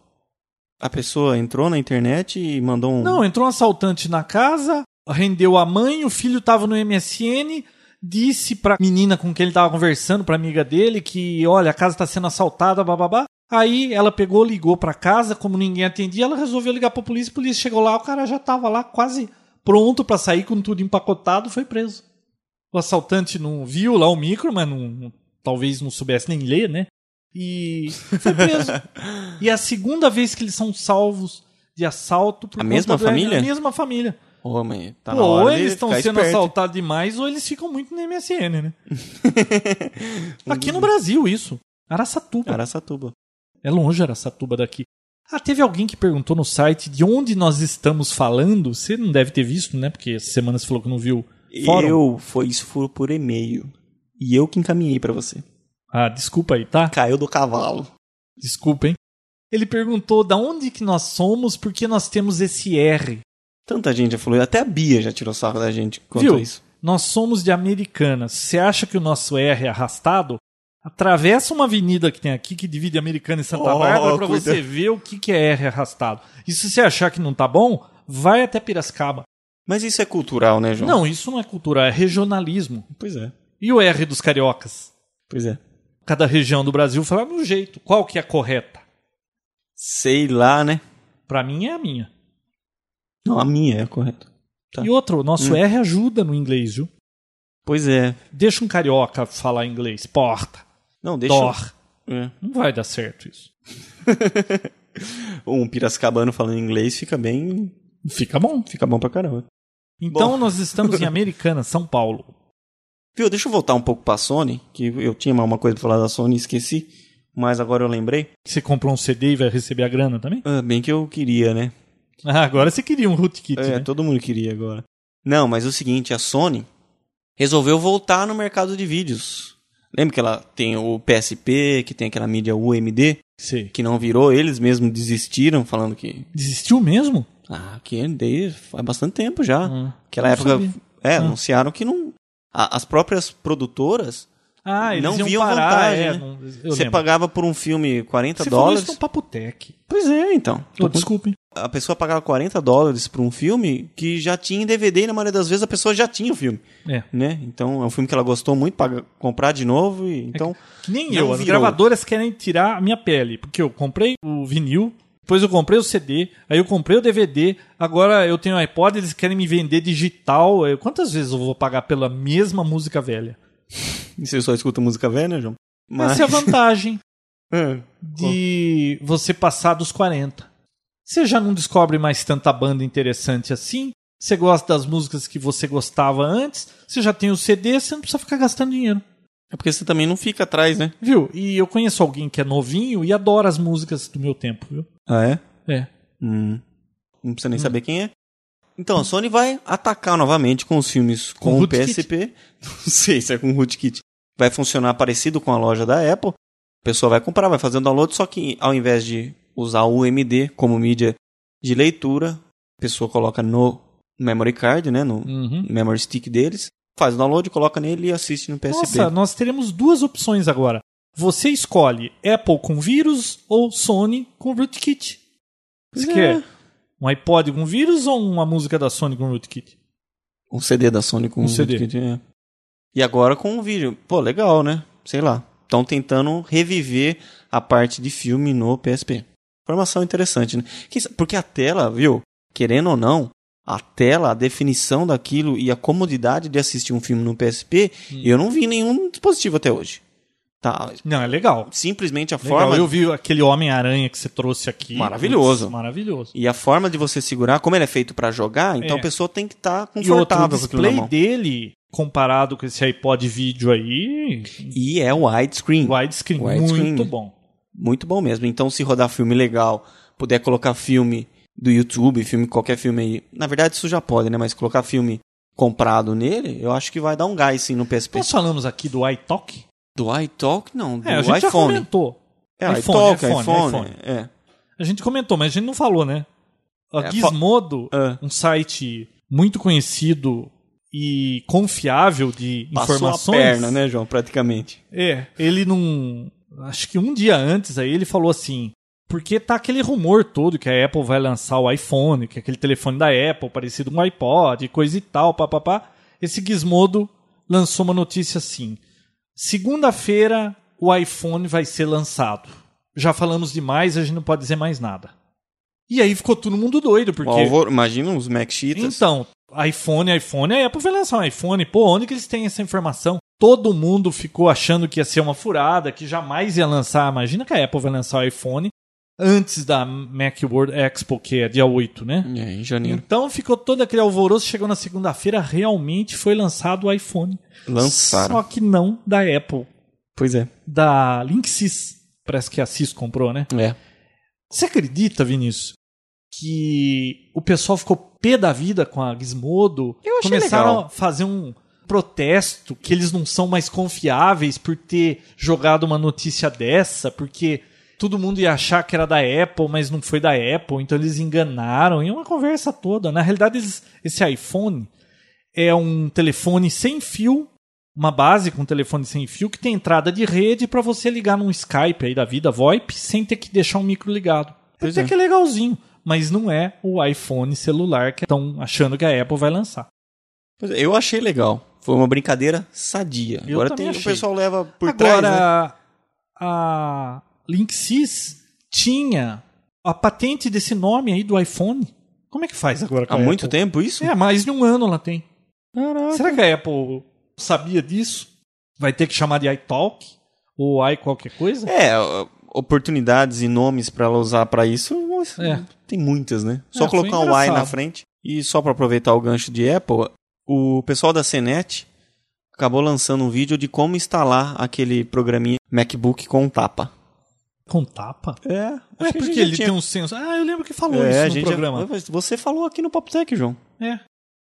A pessoa entrou na internet e mandou um.
Não, entrou um assaltante na casa, rendeu a mãe, o filho tava no MSN, disse pra menina com quem ele tava conversando, pra amiga dele, que olha, a casa tá sendo assaltada, bababá. Aí ela pegou, ligou pra casa, como ninguém atendia, ela resolveu ligar pra polícia, a polícia chegou lá, o cara já tava lá quase pronto pra sair com tudo empacotado, foi preso. O assaltante não viu lá o micro, mas não, não- talvez não soubesse nem ler, né? E foi preso. e é a segunda vez que eles são salvos de assalto por
A mesma família?
A mesma família.
Ô, mãe, tá
Pô,
na hora
ou
de
eles estão
ficar
sendo
esperto.
assaltados demais, ou eles ficam muito no MSN, né? Aqui no Brasil, isso. Araçatuba.
Araçatuba.
É longe Araçatuba daqui. Ah, teve alguém que perguntou no site de onde nós estamos falando. Você não deve ter visto, né? Porque essa semana você falou que não viu fórum.
Eu, foi, isso foi por e-mail. E eu que encaminhei pra você.
Ah, desculpa aí, tá?
Caiu do cavalo.
Desculpa, hein? Ele perguntou da onde que nós somos, porque nós temos esse R.
Tanta gente já falou, até a Bia já tirou sarro da gente quanto
Viu?
a isso.
Nós somos de Americanas. Você acha que o nosso R é arrastado? Atravessa uma avenida que tem aqui que divide Americana e Santa
Oh,
Bárbara pra
cuidado.
você ver o que que é R arrastado. E se você achar que não tá bom, vai até Piracicaba.
Mas isso é cultural, né, João?
Não, isso não é cultura, é regionalismo.
Pois é.
E o R dos cariocas?
Pois é.
Cada região do Brasil fala de um jeito. Qual que é a correta?
Sei lá, né?
Pra mim é a minha.
Não, a minha é correta. Tá.
E outro, nosso R ajuda no inglês, viu?
Pois é.
Deixa um carioca falar inglês. Porta,
Não, deixa. eu-
dor.
É.
Não vai dar certo isso.
Um piracicabano falando inglês fica bem.
Fica bom.
Fica bom pra caramba.
Então
Bom.
nós estamos em Americana, São Paulo.
Viu, deixa eu voltar um pouco pra Sony, que eu tinha mais uma coisa pra falar da Sony e esqueci, mas agora eu lembrei.
Você comprou um CD e vai receber a grana também?
Ah, bem que eu queria, né?
Ah, agora você queria um rootkit,
É,
né?
todo mundo queria agora. Não, mas é o seguinte, a Sony resolveu voltar no mercado de vídeos. Lembra que ela tem o PSP, que tem aquela mídia UMD,
Sei.
que não virou, eles mesmos desistiram, falando que.
Desistiu mesmo?
Ah, que desde faz bastante tempo já.
Hum,
Aquela
não
época.
sabia. Hum.
É, anunciaram que não. a- as próprias produtoras.
Ah, eles
Não
iam
viam
parar,
vantagem,
é,
né?
não- eu
você
lembro.
pagava por um filme 40
Você falou
dólares.
isso no Papotec.
Pois é, então.
Oh, desculpe.
A pessoa pagava 40 dólares por um filme que já tinha em DVD e na maioria das vezes a pessoa já tinha o filme.
É.
né? Então é um filme que ela gostou muito para comprar de novo e então
Que nem
Não
eu. As
virou.
gravadoras querem tirar a minha pele. Porque eu comprei o vinil, depois eu comprei o CD, aí eu comprei o DVD, agora eu tenho o iPod, eles querem me vender digital. Eu- quantas vezes eu vou pagar pela mesma música velha?
você só escuta música velha, né, João?
Essa é a vantagem
É.
de você passar dos 40. Você já não descobre mais tanta banda interessante assim. Você gosta das músicas que você gostava antes. Você já tem o CD, você não precisa ficar gastando dinheiro.
É porque você também não fica atrás, né?
Viu? E eu conheço alguém que é novinho e adora as músicas do meu tempo, viu?
Ah é?
É.
Hum. Não precisa nem saber quem é. Então a Sony vai atacar novamente com os filmes
Com
com,
o
o
rootkit.
PSP. Não sei se é com o rootkit. Vai funcionar parecido com a loja da Apple. A pessoa vai comprar, vai fazer o download, só que ao invés de usar o UMD como mídia de leitura, a pessoa coloca no memory card, né, no,
Uhum.
memory stick deles, faz o download, coloca nele e assiste no PSP.
Nossa, nós teremos duas opções agora. Você escolhe Apple com vírus ou Sony com rootkit. Você
É.
quer um iPod com vírus ou uma música da Sony com rootkit?
Um CD da Sony com
Um CD.
rootkit, é. E agora com o vídeo. Pô, legal, né? Sei lá. Estão tentando reviver a parte de filme no PSP. Informação interessante, né? Quem sa- Porque a tela, viu? Querendo ou não, a tela, a definição daquilo e a comodidade de assistir um filme no PSP,
Hum.
eu não vi em nenhum dispositivo até hoje. Tá?
Não, é legal.
Simplesmente a
legal.
forma
Eu vi aquele Homem-Aranha que você trouxe aqui.
Maravilhoso.
Putz, maravilhoso.
E a forma de você segurar, como ele é feito pra jogar, então
É.
a pessoa tem que estar
E outro, o
confortável com aquilo na
display
mão.
dele, comparado com esse iPod vídeo aí,
E é widescreen.
widescreen,
Widescreen.
muito bom.
Muito bom mesmo. Então, se rodar filme legal, puder colocar filme do YouTube, filme qualquer filme aí. Na verdade, isso já pode, né? Mas colocar filme comprado nele, eu acho que vai dar um gás sim no PSP.
Nós falamos aqui do iTalk?
Do iTalk, não. Do
É, a gente já
iPhone.
comentou.
É,
iPhone,
iTalk,
iPhone,
iPhone.
iPhone.
É.
A gente comentou, mas a gente não falou, né? A
É,
Gizmodo,
Ah.
um site muito conhecido e confiável de
Passou a
informações.
perna, né, João? Praticamente.
É, ele não. Acho que um dia antes aí ele falou assim. Porque tá aquele rumor todo que a Apple vai lançar o iPhone, que é aquele telefone da Apple, parecido com o iPod, e coisa e tal, papapá. Esse Gizmodo lançou uma notícia assim. Segunda-feira o iPhone vai ser lançado. já falamos demais, a gente não pode dizer mais nada. E aí ficou todo mundo doido, porque.
O Alvor- imagina uns Mac Cheetas.
Então, iPhone, iPhone, a Apple vai lançar um iPhone. Pô, onde que eles têm essa informação? Todo mundo ficou achando que ia ser uma furada, que jamais ia lançar. Imagina que a Apple vai lançar o iPhone antes da Macworld Expo, que é dia 8, né?
É, em janeiro.
Então ficou todo aquele alvoroço, chegou na segunda-feira, realmente foi lançado o iPhone.
Lançaram.
Só que não da Apple,
Pois é.
da Linksys. Parece que a Sys comprou, né?
É.
Você acredita, Vinícius, que o pessoal ficou pé da vida com a Gizmodo?
Eu achei
Começaram
legal.
a fazer um protesto que eles não são mais confiáveis por ter jogado uma notícia dessa, porque todo mundo ia achar que era da Apple, mas não foi da Apple, então eles enganaram. E é uma conversa toda. Na realidade, eles- esse iPhone é um telefone sem fio, uma base com telefone sem fio que tem entrada de rede para você ligar num Skype aí da vida, VoIP, sem ter que deixar o micro ligado.
Pois
Até
é.
que é legalzinho, mas não é o iPhone celular que estão achando que a Apple vai lançar.
Pois é, Eu achei legal. Foi uma brincadeira sadia.
Eu
Agora
também
tem, o
achei.
pessoal leva por
Agora,
trás, né?
a Linksys tinha a patente desse nome aí do iPhone. Como é que faz agora com
Há
a
muito
Apple?
tempo isso?
É, mais de um ano ela tem.
Caraca.
Será que a Apple sabia disso? Vai ter que chamar de iTalk? Ou i qualquer coisa?
É, ó, oportunidades e nomes pra ela usar pra isso, nossa,
É.
tem muitas, né?
É,
Só
foi
colocar um Y
engraçado.
na frente. E só pra aproveitar o gancho de Apple, o pessoal da CNET acabou lançando um vídeo de como instalar aquele programinha MacBook com tapa.
Com tapa?
É,
É porque ele tem um senso. Ah, eu lembro que falou
é, a
isso
gente
no
já-
programa.
Você falou aqui no Papo Tech, João.
É.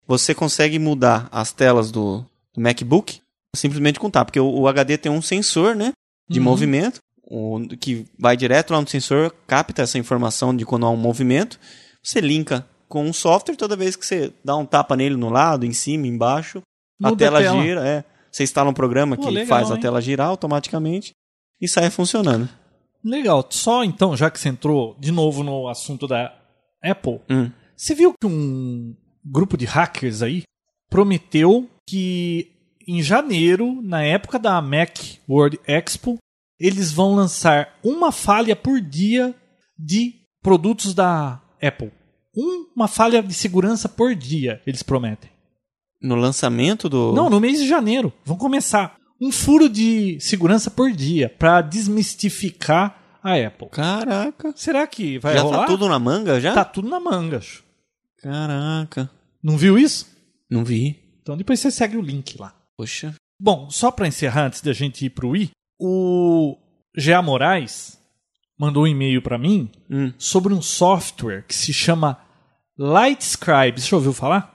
Você consegue mudar as telas do, do MacBook simplesmente com tapa, porque o, o HD tem um sensor, né? de
Uhum.
movimento, o- que vai direto lá no sensor, capta essa informação de quando há um movimento, você linka com um software, toda vez que você dá um tapa nele no lado, em cima, embaixo, a
Muda
tela,
a tela.
gira, é. Você instala um programa
Pô,
que
legal,
faz a
hein?
tela girar automaticamente e sai funcionando.
Legal. Só então, já que você entrou de novo no assunto da Apple,
Hum.
você viu que um grupo de hackers aí prometeu que em janeiro, na época da Mac World Expo, eles vão lançar uma falha por dia de produtos da Apple. Uma falha de segurança por dia, eles prometem.
No lançamento do.
Não, no mês de janeiro. Vão começar um furo de segurança por dia para desmistificar a Apple.
Caraca.
Será que vai
já
rolar?
tá tudo na manga já?
Tá tudo na manga. acho.
Caraca.
Não viu isso?
Não vi.
Então depois você segue o link lá.
Poxa.
Bom, só para encerrar antes da gente ir pro I, o Gea Moraes mandou um e-mail para mim
Hum.
sobre um software que se chama Lightscribe. Você já ouviu falar?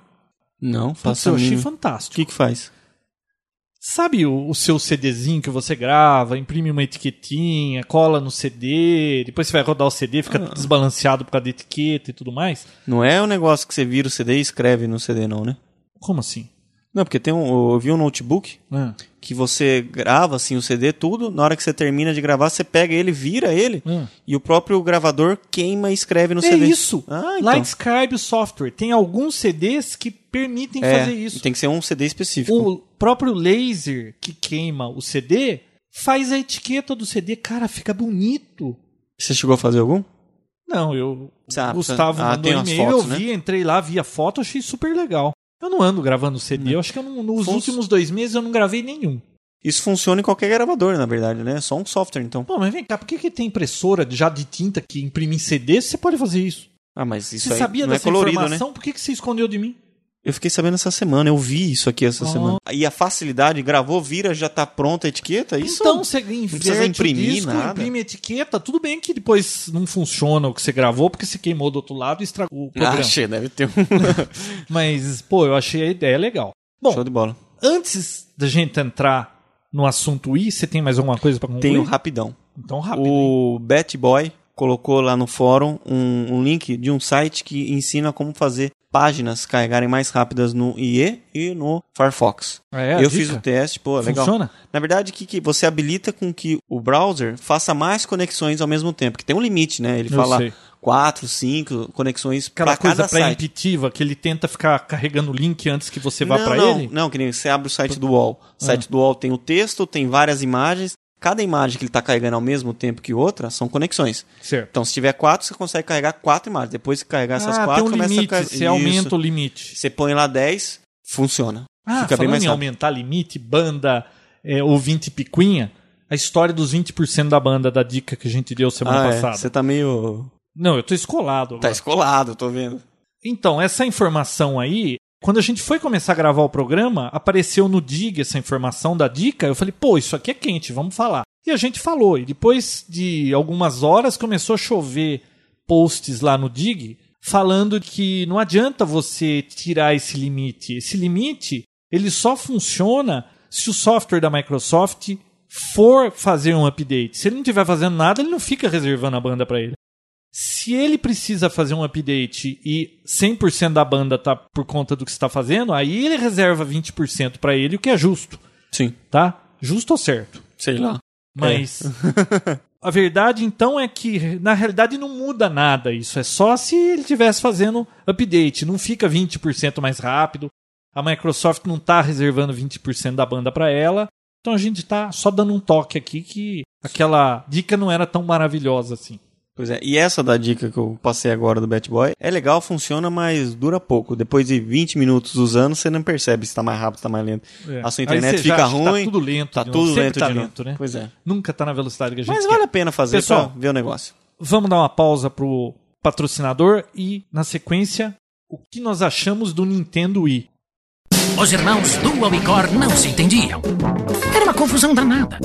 Não,
Putz,
faça
eu achei
mínima. O
fantástico.
um que que faz?
Sabe o, o seu CDzinho que você grava, imprime uma etiquetinha, cola no CD, depois você vai rodar o CD, fica
Ah.
desbalanceado por causa da etiqueta e tudo mais?
Não é o negócio que você vira o CD e escreve no CD, não, né?
Como assim?
Não, porque tem um, eu vi um notebook
Ah,
que você grava assim o CD tudo, na hora que você termina de gravar, você pega ele, vira ele
ah.
e o próprio gravador queima e escreve no
é
CD.
isso!
Ah, então.
Lightscribe Software. Tem alguns CDs que permitem
É,
fazer isso.
Tem que ser um CD específico.
O próprio laser que queima o CD faz a etiqueta do CD. Cara, fica bonito.
Você chegou a fazer algum?
Não, eu.
Ah,
Gustavo
ah,
mandou
tem umas
e-mail,
fotos,
eu vi, entrei lá, vi a foto, achei super legal. Eu não ando gravando
Hum.
CD, eu acho que eu não- nos
Fons-
últimos dois meses eu não gravei nenhum.
Isso funciona em qualquer gravador, na verdade, né? É só um software, então.
Pô, mas vem cá, por que, que tem impressora de- já de tinta que imprime em CD? Você pode fazer isso.
Ah, mas isso
você
aí
sabia
não é
dessa
colorido, né?
informação? Por que, que você escondeu de mim?
Eu fiquei sabendo essa semana, eu vi isso aqui essa
Ah.
semana. E a facilidade, gravou, vira, já tá pronta a etiqueta, isso? Ah,
Então, você
precisa
inverte
imprimir
o disco,
nada.
imprime etiqueta, tudo bem que depois não funciona o que você gravou porque você queimou do outro lado e estragou
Ah,
o programa.
Achei, deve ter um
Mas, pô, eu achei a ideia legal. Bom,
show de bola.
antes da gente entrar no assunto I, você tem mais alguma coisa pra concluir?
Tem um rapidão.
Então, rápido. hein?
O Bat Boy colocou lá no fórum um, um link de um site que ensina como fazer páginas carregarem mais rápidas no IE e no Firefox.
Ah, é a
Eu
dica?
fiz o teste, pô, legal.
Funciona?
Na verdade, que, que você habilita com que o browser faça mais conexões ao mesmo tempo, que tem um limite, né? Ele
Eu
fala
sei.
quatro, cinco conexões
Aquela
para
coisa
cada site.
pré-impitiva que ele tenta ficar carregando o link antes que você vá
não,
pra
não,
ele? Ah.
Não, que nem você abre o site do UOL. O site do UOL tem o texto, tem várias imagens. Cada imagem que ele está carregando ao mesmo tempo que outra são conexões.
Certo.
Então, se tiver quatro, você consegue carregar quatro imagens. Depois que carregar essas
ah,
quatro,
tem um
começa
limite,
a carregar.
você aumenta o limite.
Você põe lá 10, funciona.
Ah,
Fica bem
falando
mais
em
rápido.
aumentar limite, banda, é, ouvinte picuinha, a história dos 20% da banda da dica que a gente deu semana
Ah, é.
passada.
Você tá meio.
Não, eu tô escolado
Tá
agora.
escolado, tô vendo.
Então, essa informação aí, quando a gente foi começar a gravar o programa, apareceu no DIG essa informação da dica. Eu falei, pô, isso aqui é quente, vamos falar. E a gente falou. E depois de algumas horas começou a chover posts lá no DIG falando que não adianta você tirar esse limite. Esse limite, ele só funciona se o software da Microsoft for fazer um update. Se ele não estiver fazendo nada, ele não fica reservando a banda para ele. Se ele precisa fazer um update e 100% da banda tá por conta do que está fazendo, aí ele reserva 20% para ele, o que é justo,
Sim,
tá? Justo ou certo?
sei lá.
Mas a verdade então é que na realidade não muda nada isso, é só se ele estivesse fazendo update, não fica 20% mais rápido. A Microsoft não tá reservando 20% da banda para ela. Então a gente tá só dando um toque aqui que aquela dica não era tão maravilhosa assim.
Pois é, e essa da dica que eu passei agora do Bat Boy é legal, funciona, mas dura pouco. Depois de 20 minutos usando, você não percebe se tá mais rápido, se tá mais lento.
É.
A sua
Aí
internet
você
fica
já acha que
ruim,
Tá tudo lento.
tá
de
tudo
novo. Sempre
lento
tá
de novo.
lento, né?
Pois é.
Nunca tá na velocidade que a gente
Mas
quer.
vale a pena fazer
Pessoal,
pra ver o negócio.
Vamos dar uma pausa pro patrocinador e, na sequência, o que nós achamos do Nintendo Wii.
Os irmãos Dual e Cor não se entendiam. Era uma confusão danada.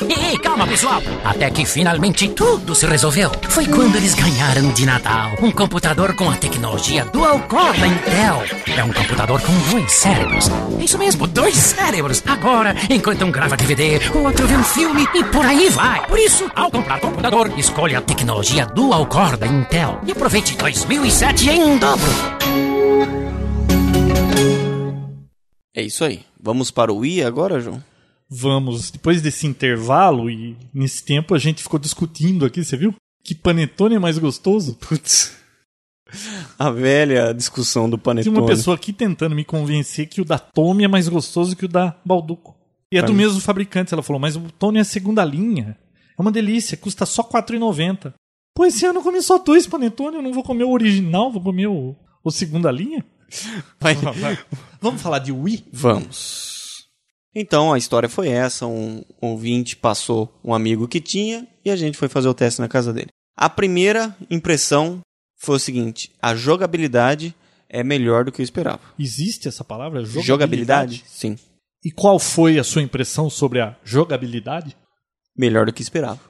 Ei, calma, pessoal! Até que finalmente tudo se resolveu. Foi quando eles ganharam de Natal um computador com a tecnologia Dual Core da Intel. É um computador com dois cérebros. Isso mesmo, dois cérebros. Agora, enquanto um grava DVD, o outro vê um filme e por aí vai. Por isso, ao comprar computador, escolha a tecnologia Dual Core da Intel e aproveite 2007 em dobro.
É isso aí. Vamos para o Wii agora, João?
Vamos, depois desse intervalo e nesse tempo a gente ficou discutindo aqui, você viu? Que panetone é mais gostoso?
Putz. A velha discussão do
Tinha
panetone.
uma pessoa aqui tentando me convencer que o da Tommy é mais gostoso que o da Balduco. E é do mesmo fabricante, ela falou, mas o Tony é segunda linha. É uma delícia, custa só R$4,90. Pô, esse ano eu comi só dois panetone, eu não vou comer o original, vou comer o, o segunda linha?
Vai-
Vamos falar de Wii?
Vamos. Então a história foi essa: um ouvinte passou um amigo que tinha e a gente foi fazer o teste na casa dele. A primeira impressão foi o seguinte: a jogabilidade é melhor do que eu esperava.
Existe essa palavra? Jogabilidade?
Jogabilidade? Sim,
E qual foi a sua impressão sobre a jogabilidade?
melhor do que esperava.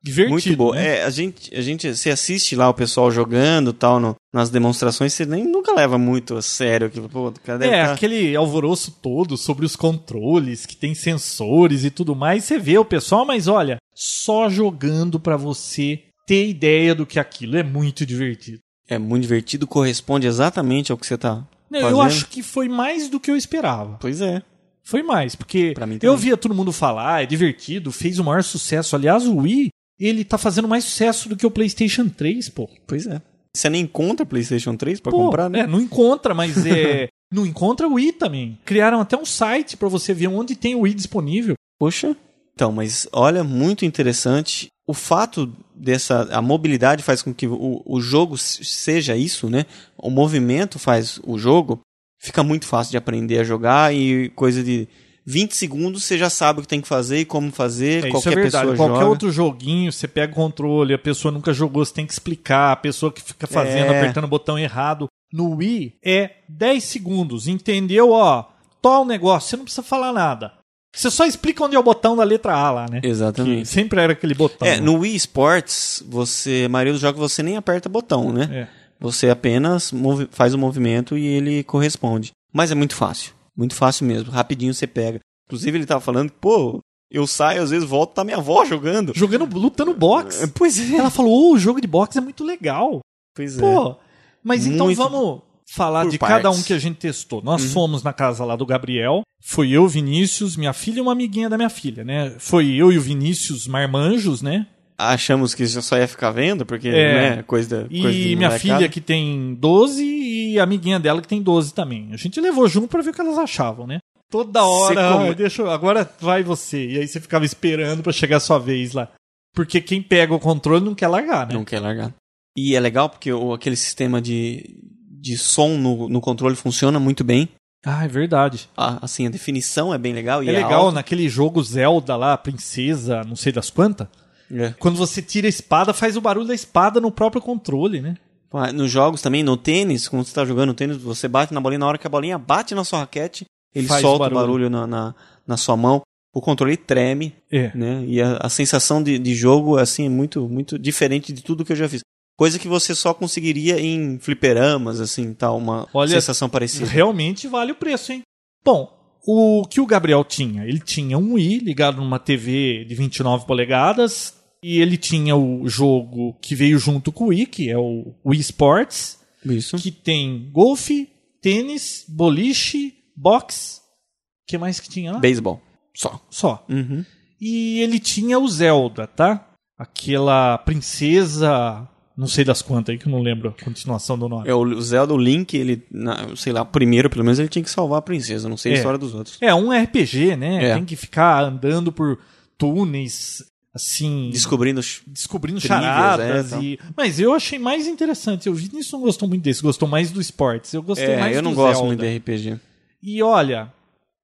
Divertido,
Muito boa.
né?
É, a gente, a gente se assiste lá o pessoal jogando tal no- nas demonstrações, você nem nunca leva muito a sério aquilo. Pô, o cara deve
É,
tá-
aquele alvoroço todo sobre os controles, que tem sensores e tudo mais. Você vê o pessoal, mas olha, só jogando pra você ter ideia do que aquilo é muito divertido.
é muito divertido, corresponde exatamente ao que você tá.
Não,
fazendo.
eu acho que foi mais do que eu esperava.
Pois é.
Foi mais, porque
Pra mim
eu
também.
via todo mundo falar, é divertido, fez o maior sucesso. Aliás, o Wii, ele tá fazendo mais sucesso do que o PlayStation 3, pô.
Pois é. Você nem encontra PlayStation 3 pra
Pô,
comprar, né?
É, não encontra, mas é. não encontra o Wii também. Criaram até um site pra você ver onde tem o Wii disponível.
Poxa. Então, mas olha, muito interessante. O fato dessa. A mobilidade faz com que o, o jogo se- seja isso, né? O movimento faz o jogo. Fica muito fácil de aprender a jogar e coisa de 20 segundos você já sabe o que tem que fazer e como fazer.
É, isso
qualquer
é verdade.
pessoa
Qualquer
joga.
outro joguinho, você pega o controle, a pessoa nunca jogou, você tem que explicar, a pessoa que fica fazendo,
É.
apertando o botão errado. No Wii é 10 segundos, entendeu? Ó, tó o negócio, você não precisa falar nada. Você só explica onde é o botão da letra A lá, né? Que
Exatamente.
sempre era aquele botão.
É,
né?
no Wii Sports, você, a maioria dos jogos você nem aperta botão, né?
É.
Você apenas movi- faz o movimento e ele corresponde. Mas é muito fácil. Muito fácil mesmo. Rapidinho você pega. Inclusive, ele tava falando que, pô, eu saio, às vezes volto, tá minha avó jogando.
Jogando, lutando boxe.
Pois é.
Ela falou, "Ô, o jogo de boxe é muito legal.
Pois é.
Pô, mas então
Muito
vamos falar
por
de
partes. Uhum.
cada um que a gente testou. Nós fomos na casa lá do Gabriel, foi eu, Vinícius, minha filha e uma amiguinha da minha filha, né? Foi eu e o Vinícius marmanjos, né?
Achamos que já só ia ficar vendo, porque,
É.
né, coisa, da-
E
coisa de
minha
molecada.
filha que tem 12 e a amiguinha dela que tem 12 também. A gente levou junto pra ver o que elas achavam, né? Toda hora.
come-
"Ah, deixa eu- Agora vai você. E aí você ficava esperando pra chegar a sua vez lá. Porque quem pega o controle não quer largar, né?
Não quer largar. E é legal porque o, aquele sistema de, de som no, no controle funciona muito bem.
Ah, é verdade.
A, assim, a definição é bem legal. e
É legal
alta.
naquele jogo Zelda lá, princesa, não sei das quantas.
É.
Quando você tira a espada, faz o barulho da espada no próprio controle, né?
Pô, Nos jogos também, no tênis, quando você tá jogando tênis, você bate na bolinha, na hora que a bolinha bate na sua raquete, ele
Faz
solta
barulho.
o barulho na, na, na sua mão. O controle treme,
É.
né? E a, a sensação de, de jogo assim é muito muito diferente de tudo que eu já fiz. Coisa que você só conseguiria em fliperamas, assim, tal, uma
Olha-
sensação parecida.
Realmente vale o preço, hein? Bom, o que o Gabriel tinha? Ele tinha um i ligado numa TV de 29 polegadas e ele tinha o jogo que veio junto com o i, que é o Wii Sports,
Isso.
que tem golfe, tênis, boliche, boxe, o que mais que tinha lá?
Beisebol. Só.
Só.
Uhum.
E ele tinha o Zelda, tá? Aquela princesa, não sei das quantas aí que eu não lembro a continuação do nome.
É, o Zelda, o Link, ele, na- sei lá, o primeiro pelo menos ele tinha que salvar a princesa, não sei a
É.
história dos outros.
É um RPG, né?
É.
Tem que ficar andando por túneis, assim,
Descobrindo os-
descobrindo
trilhas,
charadas
é,
e. Mas eu achei mais interessante. Eu vi nisso não gostou muito desse, gostou mais do esportes. Eu gostei
É,
mais
eu
do
não gosto
Zelda.
muito de RPG.
E olha,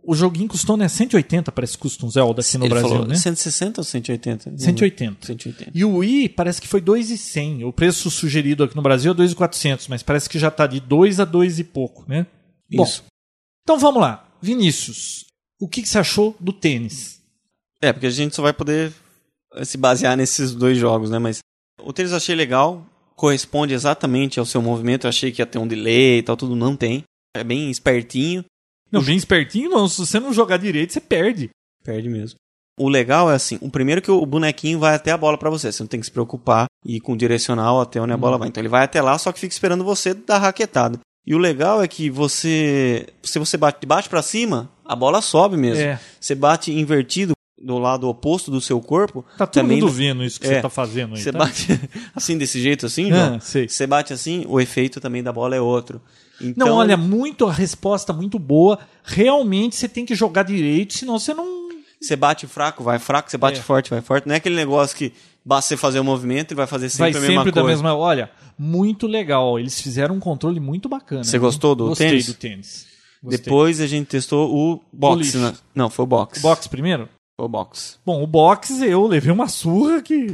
o joguinho custou né 180, parece que custa um Zelda aqui no
ele
Brasil,
falou
né?
160 ou 180? Não lembro.
180.
180.
E o Wii parece que foi 2,100. O preço sugerido aqui no Brasil é 2,400, mas parece que já tá de 2 a 2 e pouco, né? Bom,
Isso.
então vamos lá. Vinícius, o que que você achou do tênis?
É, porque a gente só vai poder eh, se basear nesses dois jogos, né? Mas o tênis eu achei legal, corresponde exatamente ao seu movimento. Eu achei que ia ter um delay e tal, tudo não tem. É bem espertinho,
Não, bem espertinho não. Se você não jogar direito, você perde.
perde mesmo. O legal é assim, o primeiro que o bonequinho vai até a bola pra você, você não tem que se preocupar e ir com o direcional até onde a
Uhum.
bola vai. Então ele vai até lá, só que fica esperando você dar raquetada. E o legal é que você, se você bate de baixo pra cima, a bola sobe mesmo.
É.
Você bate invertido do lado oposto do seu corpo,
Tá todo
também
mundo vendo isso que
É.
você tá fazendo aí,
Você
tá?
bate assim, desse jeito, assim,
Ah,
João?
sei.
Você bate assim, o efeito também da bola é outro. Então,
Não, olha, muito a resposta muito boa. Realmente você tem que jogar direito, senão você não...
Você bate fraco, vai fraco. Você bate
É.
forte, vai forte. Não é aquele negócio que basta você fazer o movimento e vai fazer
Vai
sempre a
sempre
mesma
da
coisa.
mesma... Olha, muito legal. Eles fizeram um controle muito bacana.
Você gostou do
Gostei
tênis?
do tênis. Gostei.
Depois a gente testou o boxe.
Boliche.
né? Não, foi o boxe.
Box primeiro?
Foi o boxe.
Bom, o box eu levei uma surra que...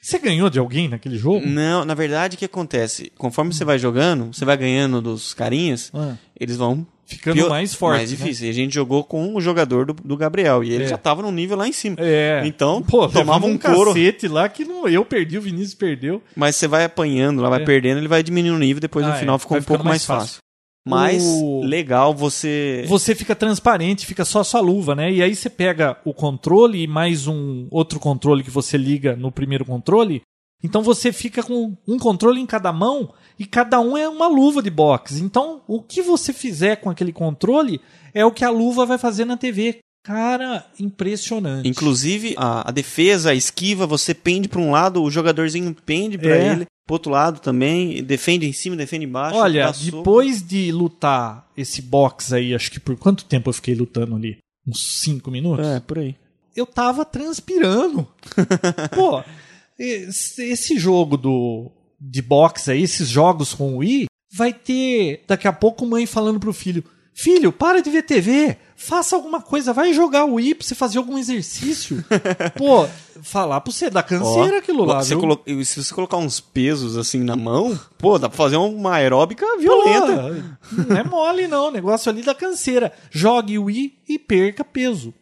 Você ganhou de alguém naquele jogo?
Não, na verdade, o que acontece? Conforme você vai jogando, você vai ganhando dos carinhas,
Ah.
eles vão
Ficando mais forte,
Mais
né?
difícil. E a gente jogou com o jogador do, do Gabriel. E ele
É.
já tava num nível lá em cima.
É.
Então,
Pô,
tomava um couro.
cacete lá que não, eu perdi, o Vinícius perdeu.
Mas você vai apanhando, lá vai
É.
perdendo, ele vai diminuindo o nível, depois
Ah,
no final
é.
ficou
Vai
um pouco
ficando
mais
mais
fácil.
fácil.
Mas
O-
legal você.
Você fica transparente, fica só a sua luva, né? E aí você pega o controle e mais um outro controle que você liga no primeiro controle. Então você fica com um controle em cada mão e cada um é uma luva de boxe. Então o que você fizer com aquele controle é o que a luva vai fazer na TV. Cara, impressionante.
Inclusive, a, a defesa, a esquiva, você pende pra um lado, o jogadorzinho pende pra
É.
ele, pro outro lado também, defende em cima, defende embaixo.
Olha,
dá soco.
depois de lutar esse box aí, acho que por quanto tempo eu fiquei lutando ali? Uns 5 minutos?
É, por aí.
eu tava transpirando. Pô, esse esse jogo do de boxe aí, esses jogos com o Wii, vai ter daqui a pouco mãe falando pro filho: Filho, para de ver TV, faça alguma coisa, vai jogar o Wii pra você fazer algum exercício. Pô, falar pra você, dá canseira
Ó,
aquilo lá,
você
viu?
colo- Se você colocar uns pesos assim na mão, pô, dá pra fazer uma aeróbica violenta.
Pô, não é mole, não. O negócio ali dá canseira. Jogue o Wii e perca peso.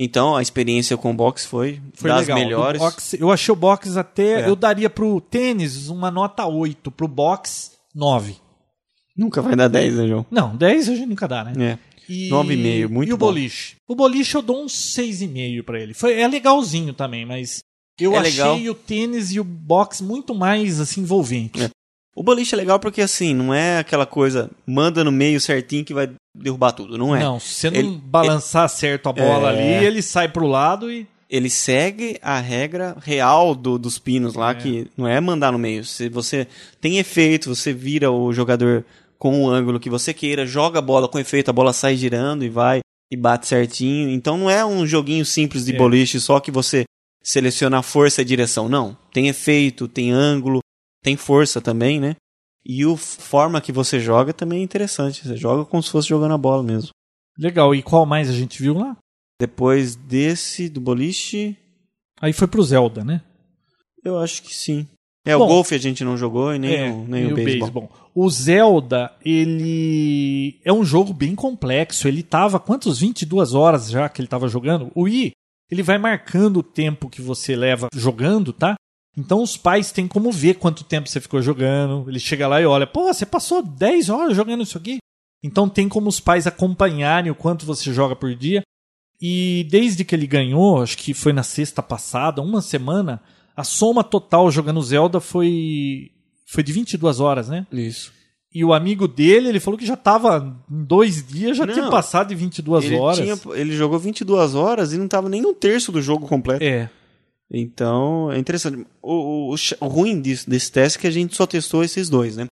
Então, a experiência com o boxe foi,
Foi
das
legal.
melhores.
Do boxe- eu achei o box até.
É.
Eu daria pro tênis uma nota 8, pro box 9.
Nunca vai dar 10, né, João?
Não, 10 a gente nunca dá, né?
É.
E-
9,5, muito
E o
bom.
boliche? O boliche eu dou um 6,5 pra ele. Foi, é legalzinho também, mas eu
É
achei
legal.
o tênis e o box muito mais assim, envolvente.
É. O boliche é legal porque, assim, não é aquela coisa manda no meio certinho que vai derrubar tudo, não é?
Não, se você não
Ele-
balançar certo a bola
É.
ali, ele sai pro lado e.
Ele segue a regra real do- dos pinos lá, que não é mandar no meio. Se você tem efeito, você vira o jogador com o ângulo que você queira, joga a bola com efeito, a bola sai girando e vai. e bate certinho. Então não é um joguinho simples de boliche só que você seleciona a força e a direção. Não. Tem efeito, tem ângulo, tem força também, né? E a forma que você joga também é interessante. Você joga como se fosse jogando a bola mesmo.
Legal, e qual mais a gente viu lá?
Depois desse, do boliche,
Aí foi pro Zelda, né?
eu acho que sim. É,
Bom.
o golfe a gente não jogou e nem,
É,
o, nem
e
o, beisebol.
O Zelda, ele é um jogo bem complexo. Ele tava quantos 22 horas já que ele tava jogando? O Wii, ele vai marcando o tempo que você leva jogando, tá? Então os pais têm como ver quanto tempo você ficou jogando. Ele chega lá e olha, pô, você passou 10 horas jogando isso aqui? Então tem como os pais acompanharem o quanto você joga por dia. E desde que ele ganhou, acho que foi na sexta passada, uma semana, a soma total jogando Zelda foi foi de 22 horas, né?
Isso.
E o amigo dele, ele falou que já tava em dois dias, já
Não.
tinha passado de 22
Ele,
horas.
tinha- ele jogou 22 horas e não tava nem um terço do jogo completo.
É,
Então, é interessante. O, o- o ch- o ruim disso, desse teste é que a gente só testou esses dois, né?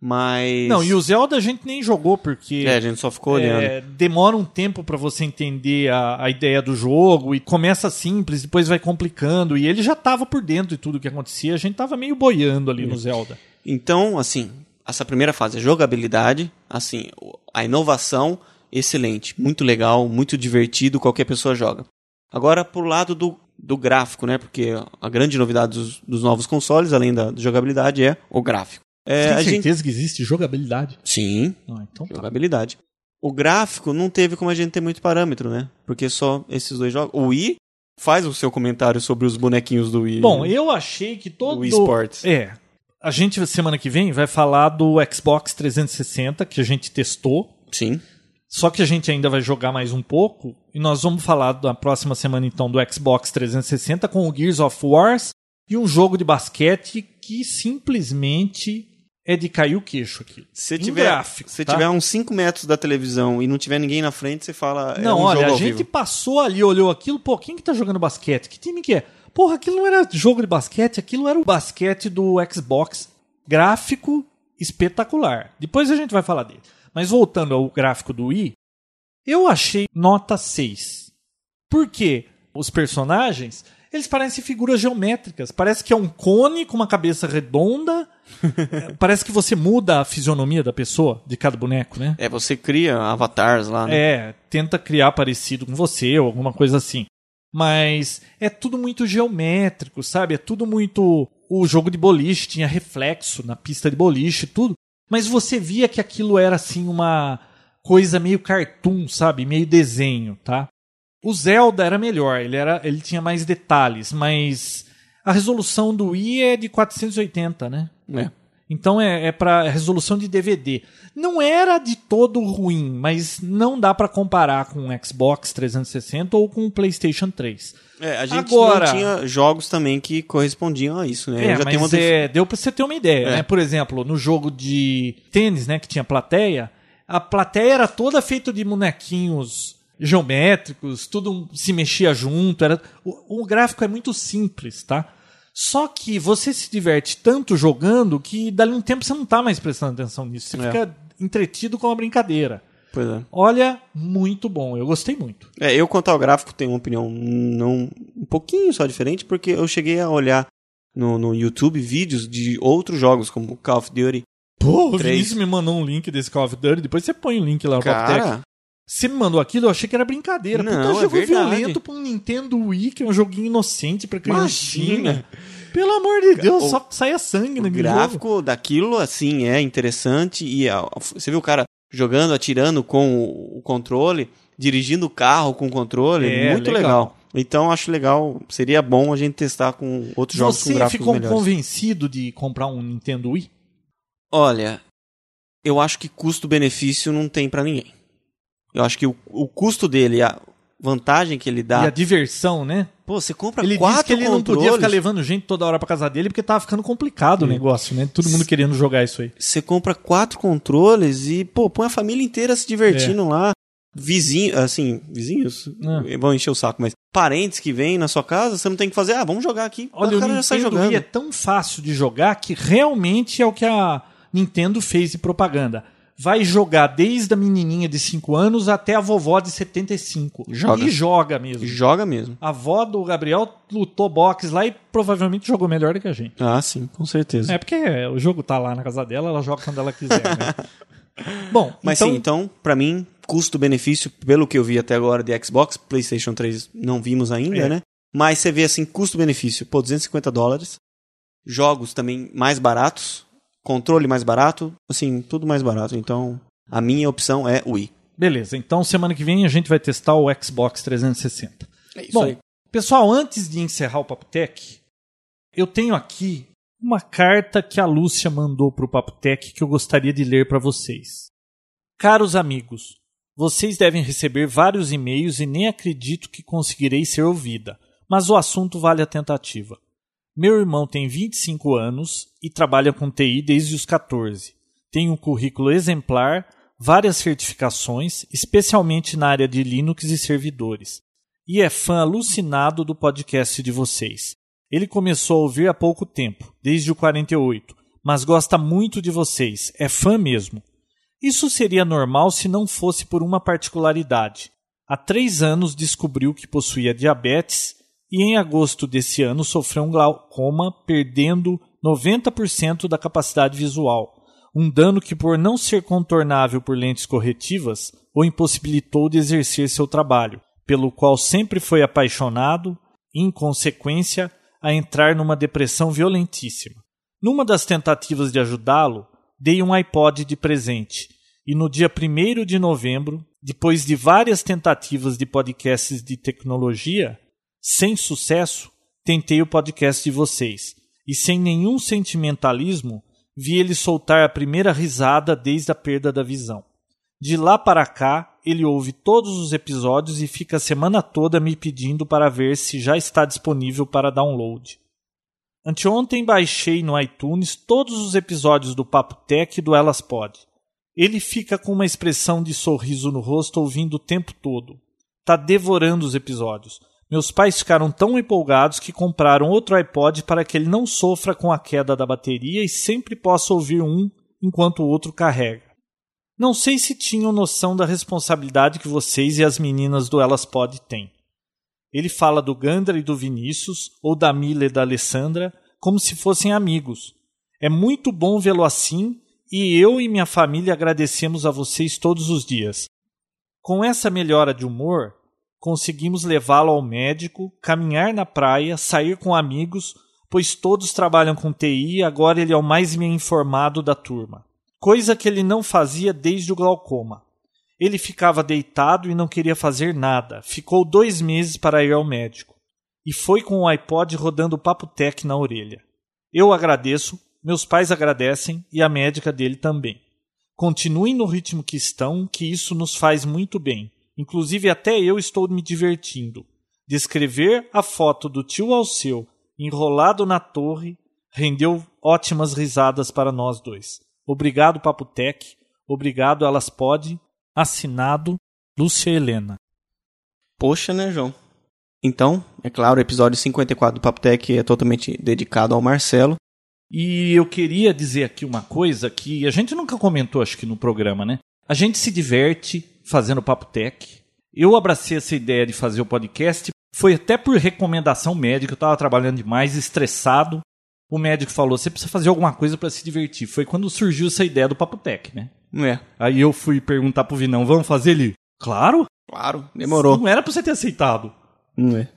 Mas.
Não, e o Zelda a gente nem jogou, porque
É, a gente só ficou olhando.
é, demora um tempo pra você entender a, a ideia do jogo, e começa simples, depois vai complicando, e ele já tava por dentro de tudo que acontecia, a gente tava meio boiando
É,
ali no Zelda.
Então, assim, essa primeira fase, a jogabilidade, assim, o- a inovação, excelente, muito legal, muito divertido, qualquer pessoa joga. Agora, pro lado do, do gráfico, né? Porque a grande novidade dos, dos novos consoles, além da jogabilidade, é o gráfico. É, a gente-
que existe jogabilidade?
Sim,
Ah, então tá.
jogabilidade. O gráfico não teve como a gente ter muito parâmetro, né? Porque só esses dois jogos. O Wii faz o seu comentário sobre os bonequinhos do Wii.
Bom,
né?
eu achei que todo.
O eSports.
É. A gente, semana que vem, vai falar do Xbox 360, que a gente testou.
Sim.
Só que a gente ainda vai jogar mais um pouco. E nós vamos falar na próxima semana, então, do Xbox 360 com o Gears of Wars e um jogo de basquete que simplesmente é de cair o queixo aqui.
Se
Em
tiver,
Um gráfico,
se
tá?
tiver uns 5 metros da televisão e não tiver ninguém na frente, você fala. é
Não,
um
olha,
jogo
a
ao
gente
vivo.
passou ali, olhou aquilo, pô, quem que tá jogando basquete? Que time que é? Porra, aquilo não era jogo de basquete, aquilo era o basquete do Xbox. Gráfico espetacular. Depois a gente vai falar dele. Mas voltando ao gráfico do Wii, eu achei nota 6. Porque os personagens, eles parecem figuras geométricas. Parece que é um cone com uma cabeça redonda. É, Parece que você muda a fisionomia da pessoa, de cada boneco, né?
É, você cria avatars lá, né?
É, tenta criar parecido com você ou alguma coisa assim. Mas é tudo muito geométrico, sabe? É tudo muito. O jogo de boliche tinha reflexo na pista de boliche e tudo. Mas você via que aquilo era assim uma coisa meio cartoon, sabe? Meio desenho, tá? O Zelda era melhor, ele, era, ele tinha mais detalhes, mas a resolução do Wii é de 480, né?
É.
Então é, é para resolução de DVD. Não era de todo ruim, mas não dá pra comparar com o Xbox 360 ou com o PlayStation 3.
É, a gente
Agora-
não tinha jogos também que correspondiam a isso, né?
É,
Eu
mas
já tenho uma def-
é, deu pra você ter uma ideia,
É.
né? Por exemplo, no jogo de tênis, né, que tinha plateia, a plateia era toda feita de bonequinhos geométricos, tudo um, se mexia junto, era o, o gráfico é muito simples, tá? Só que você se diverte tanto jogando que dali um tempo você não tá mais prestando atenção nisso, você
É.
fica entretido com a brincadeira.
Pois é.
Olha, muito bom, eu gostei muito.
É, eu quanto ao gráfico tenho uma opinião não, um pouquinho só diferente, porque eu cheguei a olhar no, no YouTube vídeos de outros jogos, como Call of Duty.
Pô, o
Três.
Vinícius me mandou um link desse Call of Duty, depois você põe o link lá no Poptech.
Cara,
Você me mandou aquilo, eu achei que era brincadeira.
Não,
Puta,
é
jogo
verdade.
violento pra um Nintendo Wii, que é um joguinho inocente pra criancinha.
Imagina.
Pelo amor de Deus,
O-
só saia sangue
O
naquele jogo.
gráfico daquilo, assim, é interessante. E a- a- você viu o cara jogando, atirando com o, o controle, dirigindo o carro com o controle.
É,
muito legal.
legal.
Então, acho legal. Seria bom a gente testar com outros jogos com
Você
gráficos
ficou um
melhores.
convencido de comprar um Nintendo Wii?
Olha, eu acho que custo-benefício não tem pra ninguém. Eu acho que o, o custo dele, a vantagem que ele
E a
dá...
diversão, né?
Pô, você compra
Ele
quatro
disse que ele não
controles...
podia ficar levando gente toda hora pra casa dele porque tava ficando complicado o negócio, né? Todo mundo querendo jogar isso aí.
Você compra quatro controles e, pô, põe a família inteira se divertindo lá. Vizinho, assim, vizinhos
É.
vão encher o saco, mas parentes que vêm na sua casa, você não tem o que fazer. Ah, vamos jogar aqui.
Olha,
o
o
cara já sai
Nintendo
jogando.
Wii é tão fácil de jogar que realmente é o que a Nintendo fez de propaganda. vai jogar desde a menininha de 5 anos até a vovó de 75.
Joga.
E joga mesmo.
Joga mesmo.
A avó do Gabriel lutou boxe lá e provavelmente jogou melhor do que a gente.
Ah, sim, com certeza.
É porque o jogo tá lá na casa dela, ela joga quando ela quiser, né? Bom,
Mas
então,
sim, então, pra mim, custo-benefício, pelo que eu vi até agora de Xbox, PlayStation 3 não vimos ainda,
É.
né? Mas você vê assim, custo-benefício, pô, 250 dólares. Jogos também mais baratos, controle mais barato, assim, tudo mais barato. Então, a minha opção é o Wii.
beleza. Então semana que vem a gente vai testar o Xbox 360.
É isso
Bom, pessoal, antes de encerrar o Papotec, eu tenho aqui uma carta que a Lúcia mandou para o Papotec que eu gostaria de ler para vocês. Caros amigos, vocês devem receber vários e-mails e nem acredito que conseguirei ser ouvida, mas o assunto vale a tentativa. Meu irmão tem 25 anos e trabalha com TI desde os 14. Tem um currículo exemplar, várias certificações, especialmente na área de Linux e servidores e é fã alucinado do podcast de vocês. Ele começou a ouvir há pouco tempo, desde o 48, mas gosta muito de vocês, é fã mesmo. Isso seria normal se não fosse por uma particularidade. Há três anos descobriu que possuía diabetes e em agosto desse ano sofreu um glaucoma, perdendo 90% da capacidade visual. Um dano que, por não ser contornável por lentes corretivas, o impossibilitou de exercer seu trabalho, pelo qual sempre foi apaixonado e, em consequência, a entrar numa depressão violentíssima. Numa das tentativas de ajudá-lo, dei um iPod de presente. E no dia 1 de novembro, depois de várias tentativas de podcasts de tecnologia, sem sucesso, tentei o podcast de vocês. E sem nenhum sentimentalismo, vi ele soltar a primeira risada desde a perda da visão. De lá para cá, ele ouve todos os episódios e fica a semana toda me pedindo para ver se já está disponível para download. Anteontem baixei no iTunes todos os episódios do Papo Tech e do Elas Pod. Ele fica com uma expressão de sorriso no rosto ouvindo o tempo todo. Tá devorando os episódios. Meus pais ficaram tão empolgados que compraram outro iPod para que ele não sofra com a queda da bateria e sempre possa ouvir um enquanto o outro carrega. Não sei se tinham noção da responsabilidade que vocês e as meninas do Elas Pod têm. Ele fala do Gandra e do Vinícius, ou da Mila e da Alessandra, como se fossem amigos. É muito bom vê-lo assim e eu e minha família agradecemos a vocês todos os dias. Com essa melhora de humor, conseguimos levá-lo ao médico, caminhar na praia, sair com amigos, pois todos trabalham com TI e agora ele é o mais bem informado da turma. Coisa que ele não fazia desde o glaucoma. Ele ficava deitado e não queria fazer nada. Ficou dois meses para ir ao médico. E foi com o iPod rodando papo tech na orelha. Eu agradeço, meus pais agradecem e a médica dele também. Continuem no ritmo que estão, que isso nos faz muito bem. Inclusive, até eu estou me divertindo. Descrever a foto do tio Alceu enrolado na torre rendeu ótimas risadas para nós dois. Obrigado, Paputec. Obrigado, Elas Pod. Assinado, Lúcia Helena.
Poxa, né, João? Então, é claro, o episódio 54 do Papotec é totalmente dedicado ao Marcelo.
E eu queria dizer aqui uma coisa que a gente nunca comentou, acho que no programa, né? A gente se diverte fazendo Papo Tech. Eu abracei essa ideia de fazer o podcast, foi até por recomendação médica, eu estava trabalhando demais, estressado. O médico falou: você precisa fazer alguma coisa para se divertir. Foi quando surgiu essa ideia do Papo Tech, né?
Não é?
Aí eu fui perguntar pro Vinão: vamos fazer ele? Claro!
Claro, demorou.
Não era para você ter aceitado.
Não é?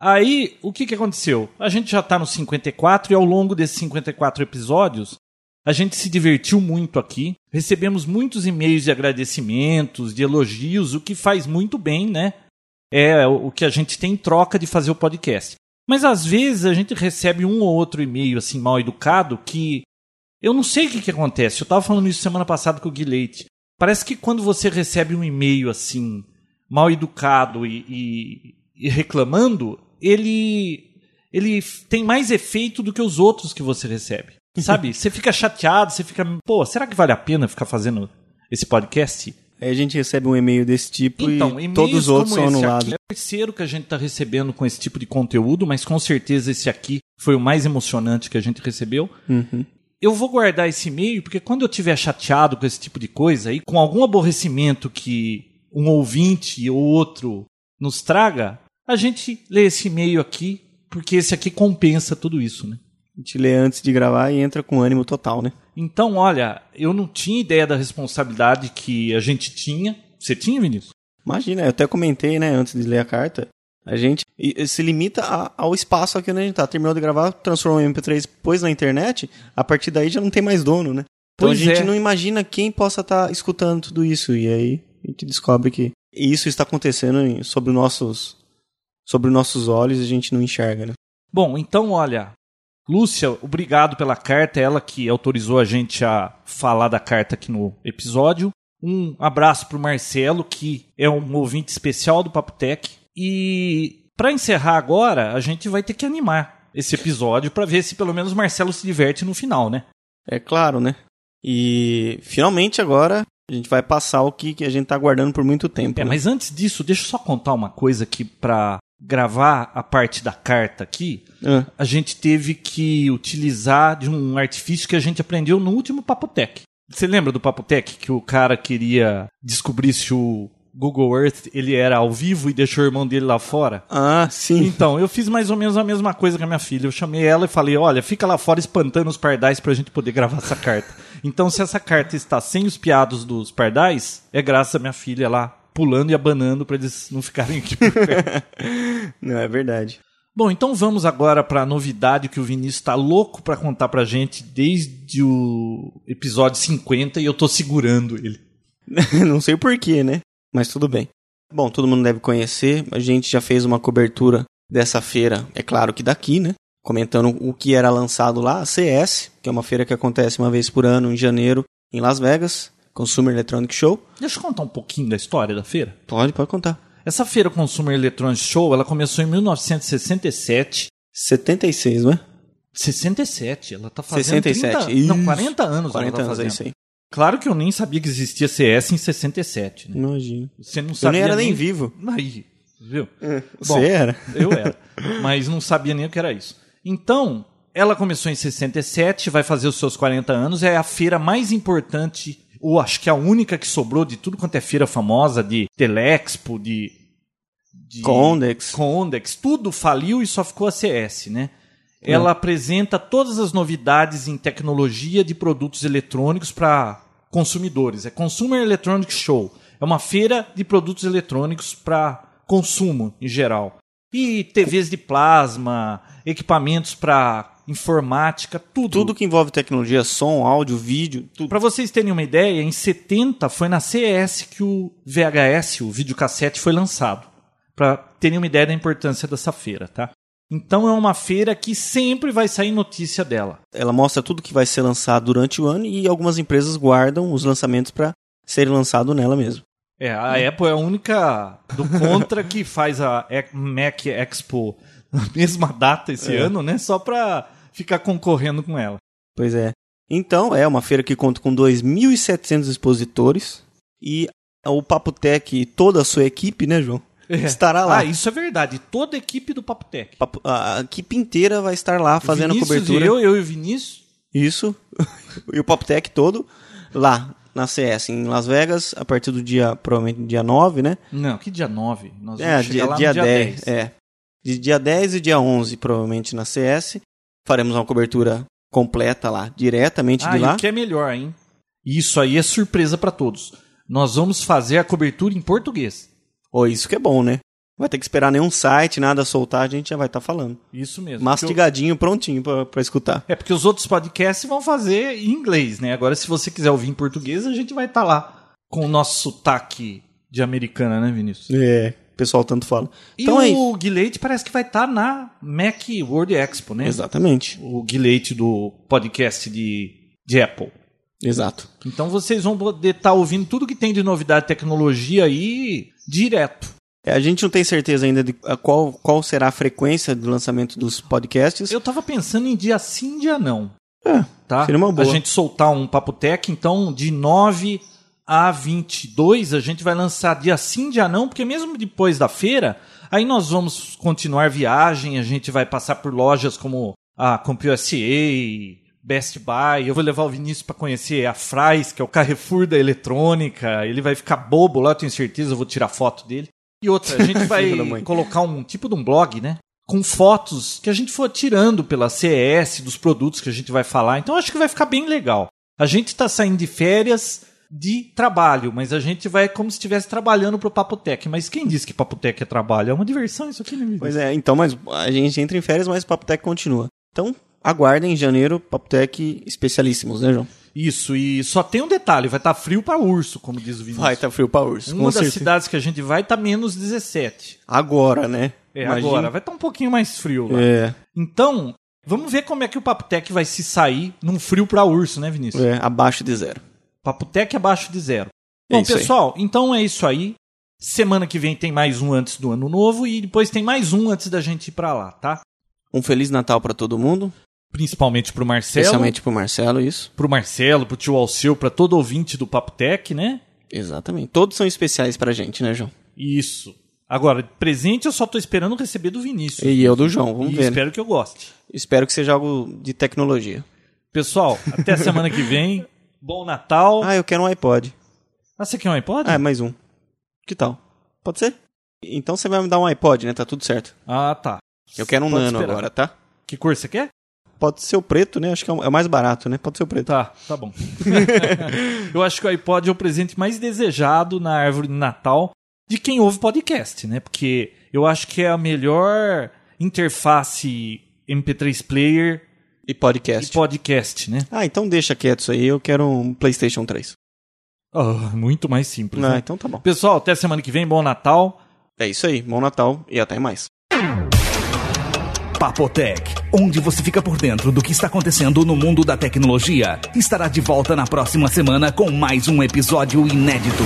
Aí, o que, que aconteceu? A gente já tá no 54 e ao longo desses 54 episódios, a gente se divertiu muito aqui. Recebemos muitos e-mails de agradecimentos, de elogios, o que faz muito bem, né? É o o que a gente tem em troca de fazer o podcast. Mas às vezes a gente recebe um ou outro e-mail assim mal educado que eu não sei o que, que acontece. Eu tava falando isso semana passada com o Guilherme. Parece que quando você recebe um e-mail assim, mal educado e, e- e reclamando, ele, ele f- tem mais efeito do que os outros que você recebe. Sabe? você fica chateado, você fica. Pô, será que vale a pena ficar fazendo esse podcast?
Aí a gente recebe um e-mail desse tipo e
e-mails
todos os outros
como
são
Então, esse
anulados.
aqui É o terceiro que a gente está recebendo com esse
Uhum.
tipo de conteúdo, mas com certeza esse aqui foi o mais emocionante que a gente recebeu. eu vou guardar esse e-mail porque quando eu tiver chateado com esse tipo de coisa e com algum aborrecimento que um ouvinte ou outro nos traga, a gente lê esse e-mail aqui porque esse aqui compensa tudo isso, né?
A gente lê antes de gravar e entra com ânimo total, né?
Então, olha, eu não tinha ideia da responsabilidade que a gente tinha. Você tinha, Vinícius?
Imagina, eu até comentei, né, antes de ler a carta. A gente e- e se limita a- ao espaço aqui onde a gente tá. Terminou de gravar, transformou em MP3, pôs na internet, a partir daí já não tem mais dono, né? Então
Pois
a gente
é.
não imagina quem possa estar escutando tudo isso. E aí a gente descobre que isso está acontecendo em- sobre nossos sobre nossos olhos e a gente não enxerga, né?
Bom, então olha, Lúcia, obrigado pela carta, é ela que autorizou a gente a falar da carta aqui no episódio. Um abraço pro Marcelo, que é um ouvinte especial do Papotec. E para encerrar agora, a gente vai ter que animar esse episódio para ver se pelo menos o Marcelo se diverte no final, né?
É claro, né? E finalmente agora a gente vai passar o que, que a gente tá aguardando por muito tempo.
É,
né?
mas antes disso, deixa eu só contar uma coisa aqui para gravar a parte da carta aqui.
Ah,
a gente teve que utilizar de um artifício que a gente aprendeu no último Papotec. Você lembra do Papotec que o cara queria descobrir se o Google Earth ele era ao vivo e deixou o irmão dele lá fora?
Ah, sim.
Então, eu fiz mais ou menos a mesma coisa com a minha filha. Eu chamei ela e falei: olha, fica lá fora espantando os pardais pra gente poder gravar essa carta. Então, se essa carta está sem os piados dos pardais, é graças à minha filha lá pulando e abanando pra eles não ficarem aqui por perto.
Não, é verdade.
Bom, então vamos agora para a novidade que o Vinícius está louco para contar para gente desde o episódio 50 e eu tô segurando ele.
Não sei porquê, né? Mas tudo bem. Bom, todo mundo deve conhecer. A gente já fez uma cobertura dessa feira, é claro que daqui, né? Comentando o que era lançado lá, a CS, que é uma feira que acontece uma vez por ano, em janeiro, em Las Vegas, Consumer Electronic Show.
Deixa eu contar um pouquinho da história da feira.
Pode, pode contar.
Essa feira Consumer Electronics Show, ela começou em 1967.
76, não é?
67, ela tá fazendo
67,
30, não,
isso.
40 anos ela
40
tá
anos, é
fazendo.
isso aí.
Claro que eu nem sabia que existia CS em 67, né?
Imagina.
Você não
Eu
sabia
nem era nem vivo.
Aí, viu?
Você
Bom,
era?
Eu era. Mas não sabia nem o que era isso. Então, ela começou em 67, vai fazer os seus 40 anos, é a feira mais importante, ou acho que a única que sobrou de tudo quanto é feira famosa, de Telexpo, de. de
Condex.
Condex, tudo faliu e só ficou a CS, né? Ela apresenta todas as novidades em tecnologia de produtos eletrônicos para consumidores. É Consumer Electronic Show. É uma feira de produtos eletrônicos para consumo em geral. E TVs de plasma, equipamentos para informática, tudo.
Tudo que envolve tecnologia, som, áudio, vídeo, tudo.
Para vocês terem uma ideia, em 70 foi na CS que o VHS, o videocassete, foi lançado. Para terem uma ideia da importância dessa feira, tá? Então é uma feira que sempre vai sair notícia dela.
Ela mostra tudo que vai ser lançado durante o ano e algumas empresas guardam os lançamentos para serem lançados nela mesmo.
É, a Apple é a única do contra que faz a E- Mac Expo na mesma data esse
É.
ano, né? Só para ficar concorrendo com ela.
Pois é. Então, é uma feira que conta com 2.700 expositores e o Papo Tech e toda a sua equipe, né, João? Estará lá.
Ah, isso é verdade. Toda a equipe do Papotec.
Papo- a a equipe inteira vai estar lá fazendo a
Vinícius
cobertura.
E eu, eu e o Vinícius.
Isso. e o Poptech todo lá na CS, em Las Vegas, a partir do dia, provavelmente dia 9, né?
Não, que dia 9? Nós
É,
vamos chegar
dia,
lá no
dia,
dia
10, É. De dia 10 e dia 11, provavelmente, na CS. Faremos uma cobertura completa lá, diretamente
Ah,
de
e
lá.
o que é melhor, hein? Isso aí é surpresa pra todos. Nós vamos fazer a cobertura em português.
Oh, isso que é bom, né? Não Vai ter que esperar nenhum site, nada soltar, a gente já vai estar falando.
Isso mesmo.
Mastigadinho, prontinho pra, pra escutar.
Porque o- É porque os outros podcasts vão fazer em inglês, né? Agora, se você quiser ouvir em português, a gente vai estar lá com o nosso sotaque de americana, né, Vinícius?
É, o pessoal tanto fala. Então é
e
isso.
o Guilherme parece que vai estar na Mac World Expo, né?
Exatamente.
O Guilherme do podcast de, de Apple.
Exato.
Então vocês vão poder estar ouvindo tudo que tem de novidade de tecnologia aí direto.
É, a gente não tem certeza ainda de a, qual, qual será a frequência do lançamento dos podcasts.
Eu tava pensando em dia sim, dia não.
É,
Tá?
Seria uma boa.
A gente soltar um Papo Tech, então de 9 a 22 a gente vai lançar dia sim, dia não, porque mesmo depois da feira, aí nós vamos continuar viagem, a gente vai passar por lojas como a CompUSA, Best Buy, eu vou levar o Vinícius para conhecer a Frais, que é o Carrefour da eletrônica. Ele vai ficar bobo lá, eu tenho certeza, eu vou tirar foto dele. E outra, a gente vai
Filho da mãe.
colocar um tipo de um blog, né? Com fotos que a gente for tirando pela CES dos produtos que a gente vai falar. Então acho que vai ficar bem legal. A gente está saindo de férias de trabalho, mas a gente vai como se estivesse trabalhando pro Papotec. Mas quem disse que Papotec é trabalho? É uma diversão isso aqui, né? menino?
Pois é, então, mas a gente entra em férias, mas o Papotec continua. Então, aguardem em janeiro, Papotec especialíssimos, né, João?
Isso, e só tem um detalhe, vai estar frio para urso, como diz o Vinícius.
Vai, tá frio pra urso,
Uma
com
das
certeza.
cidades que a gente vai tá menos 17.
Agora, né?
É,
Imagina.
agora. Vai estar um pouquinho mais frio lá.
É,
Então, vamos ver como é que o Papotec vai se sair num frio pra urso, né, Vinícius?
é, abaixo de zero.
Papotec abaixo de zero.
É
Bom,
isso aí.
pessoal, então é isso aí. Semana que vem tem mais um antes do ano novo e depois tem mais um antes da gente ir pra lá, tá?
Um Feliz Natal pra todo mundo,
Principalmente pro Marcelo,
especialmente pro Marcelo, isso.
pro Marcelo, pro tio Alceu, pra todo ouvinte do Papotec, né?
Exatamente. Todos são especiais pra gente, né, João?
Isso. Agora, presente eu só tô esperando receber do Vinícius.
E eu do João, vamos
E
ver. né? Espero...
espero que eu goste.
que seja algo de tecnologia.
Pessoal, até semana que vem. Bom Natal.
Ah, eu quero um iPod.
Ah, você quer um iPod?
Ah, mais um. Que tal? Pode ser? Então você vai me dar um iPod, né? Tá tudo certo.
Ah, tá.
Eu quero um
Pode
nano
esperar.
agora, tá?
Que cor você quer?
Pode ser o preto, né? Acho que é o é o mais barato, né? Pode ser o preto.
Tá, tá bom. eu acho que o iPod é o presente mais desejado na árvore de Natal de quem ouve podcast, né? Porque eu acho que é a melhor interface MP3 player
E
e
podcast.
podcast, né?
Ah, então deixa quieto isso aí. Eu quero um PlayStation 3.
Ah, muito mais simples,
Ah,
né?
então tá bom.
Pessoal, até semana que vem. Bom Natal.
É isso aí. Bom Natal e até mais.
Papotec, onde você fica por dentro do que está acontecendo no mundo da tecnologia, estará de volta na próxima semana com mais um episódio inédito.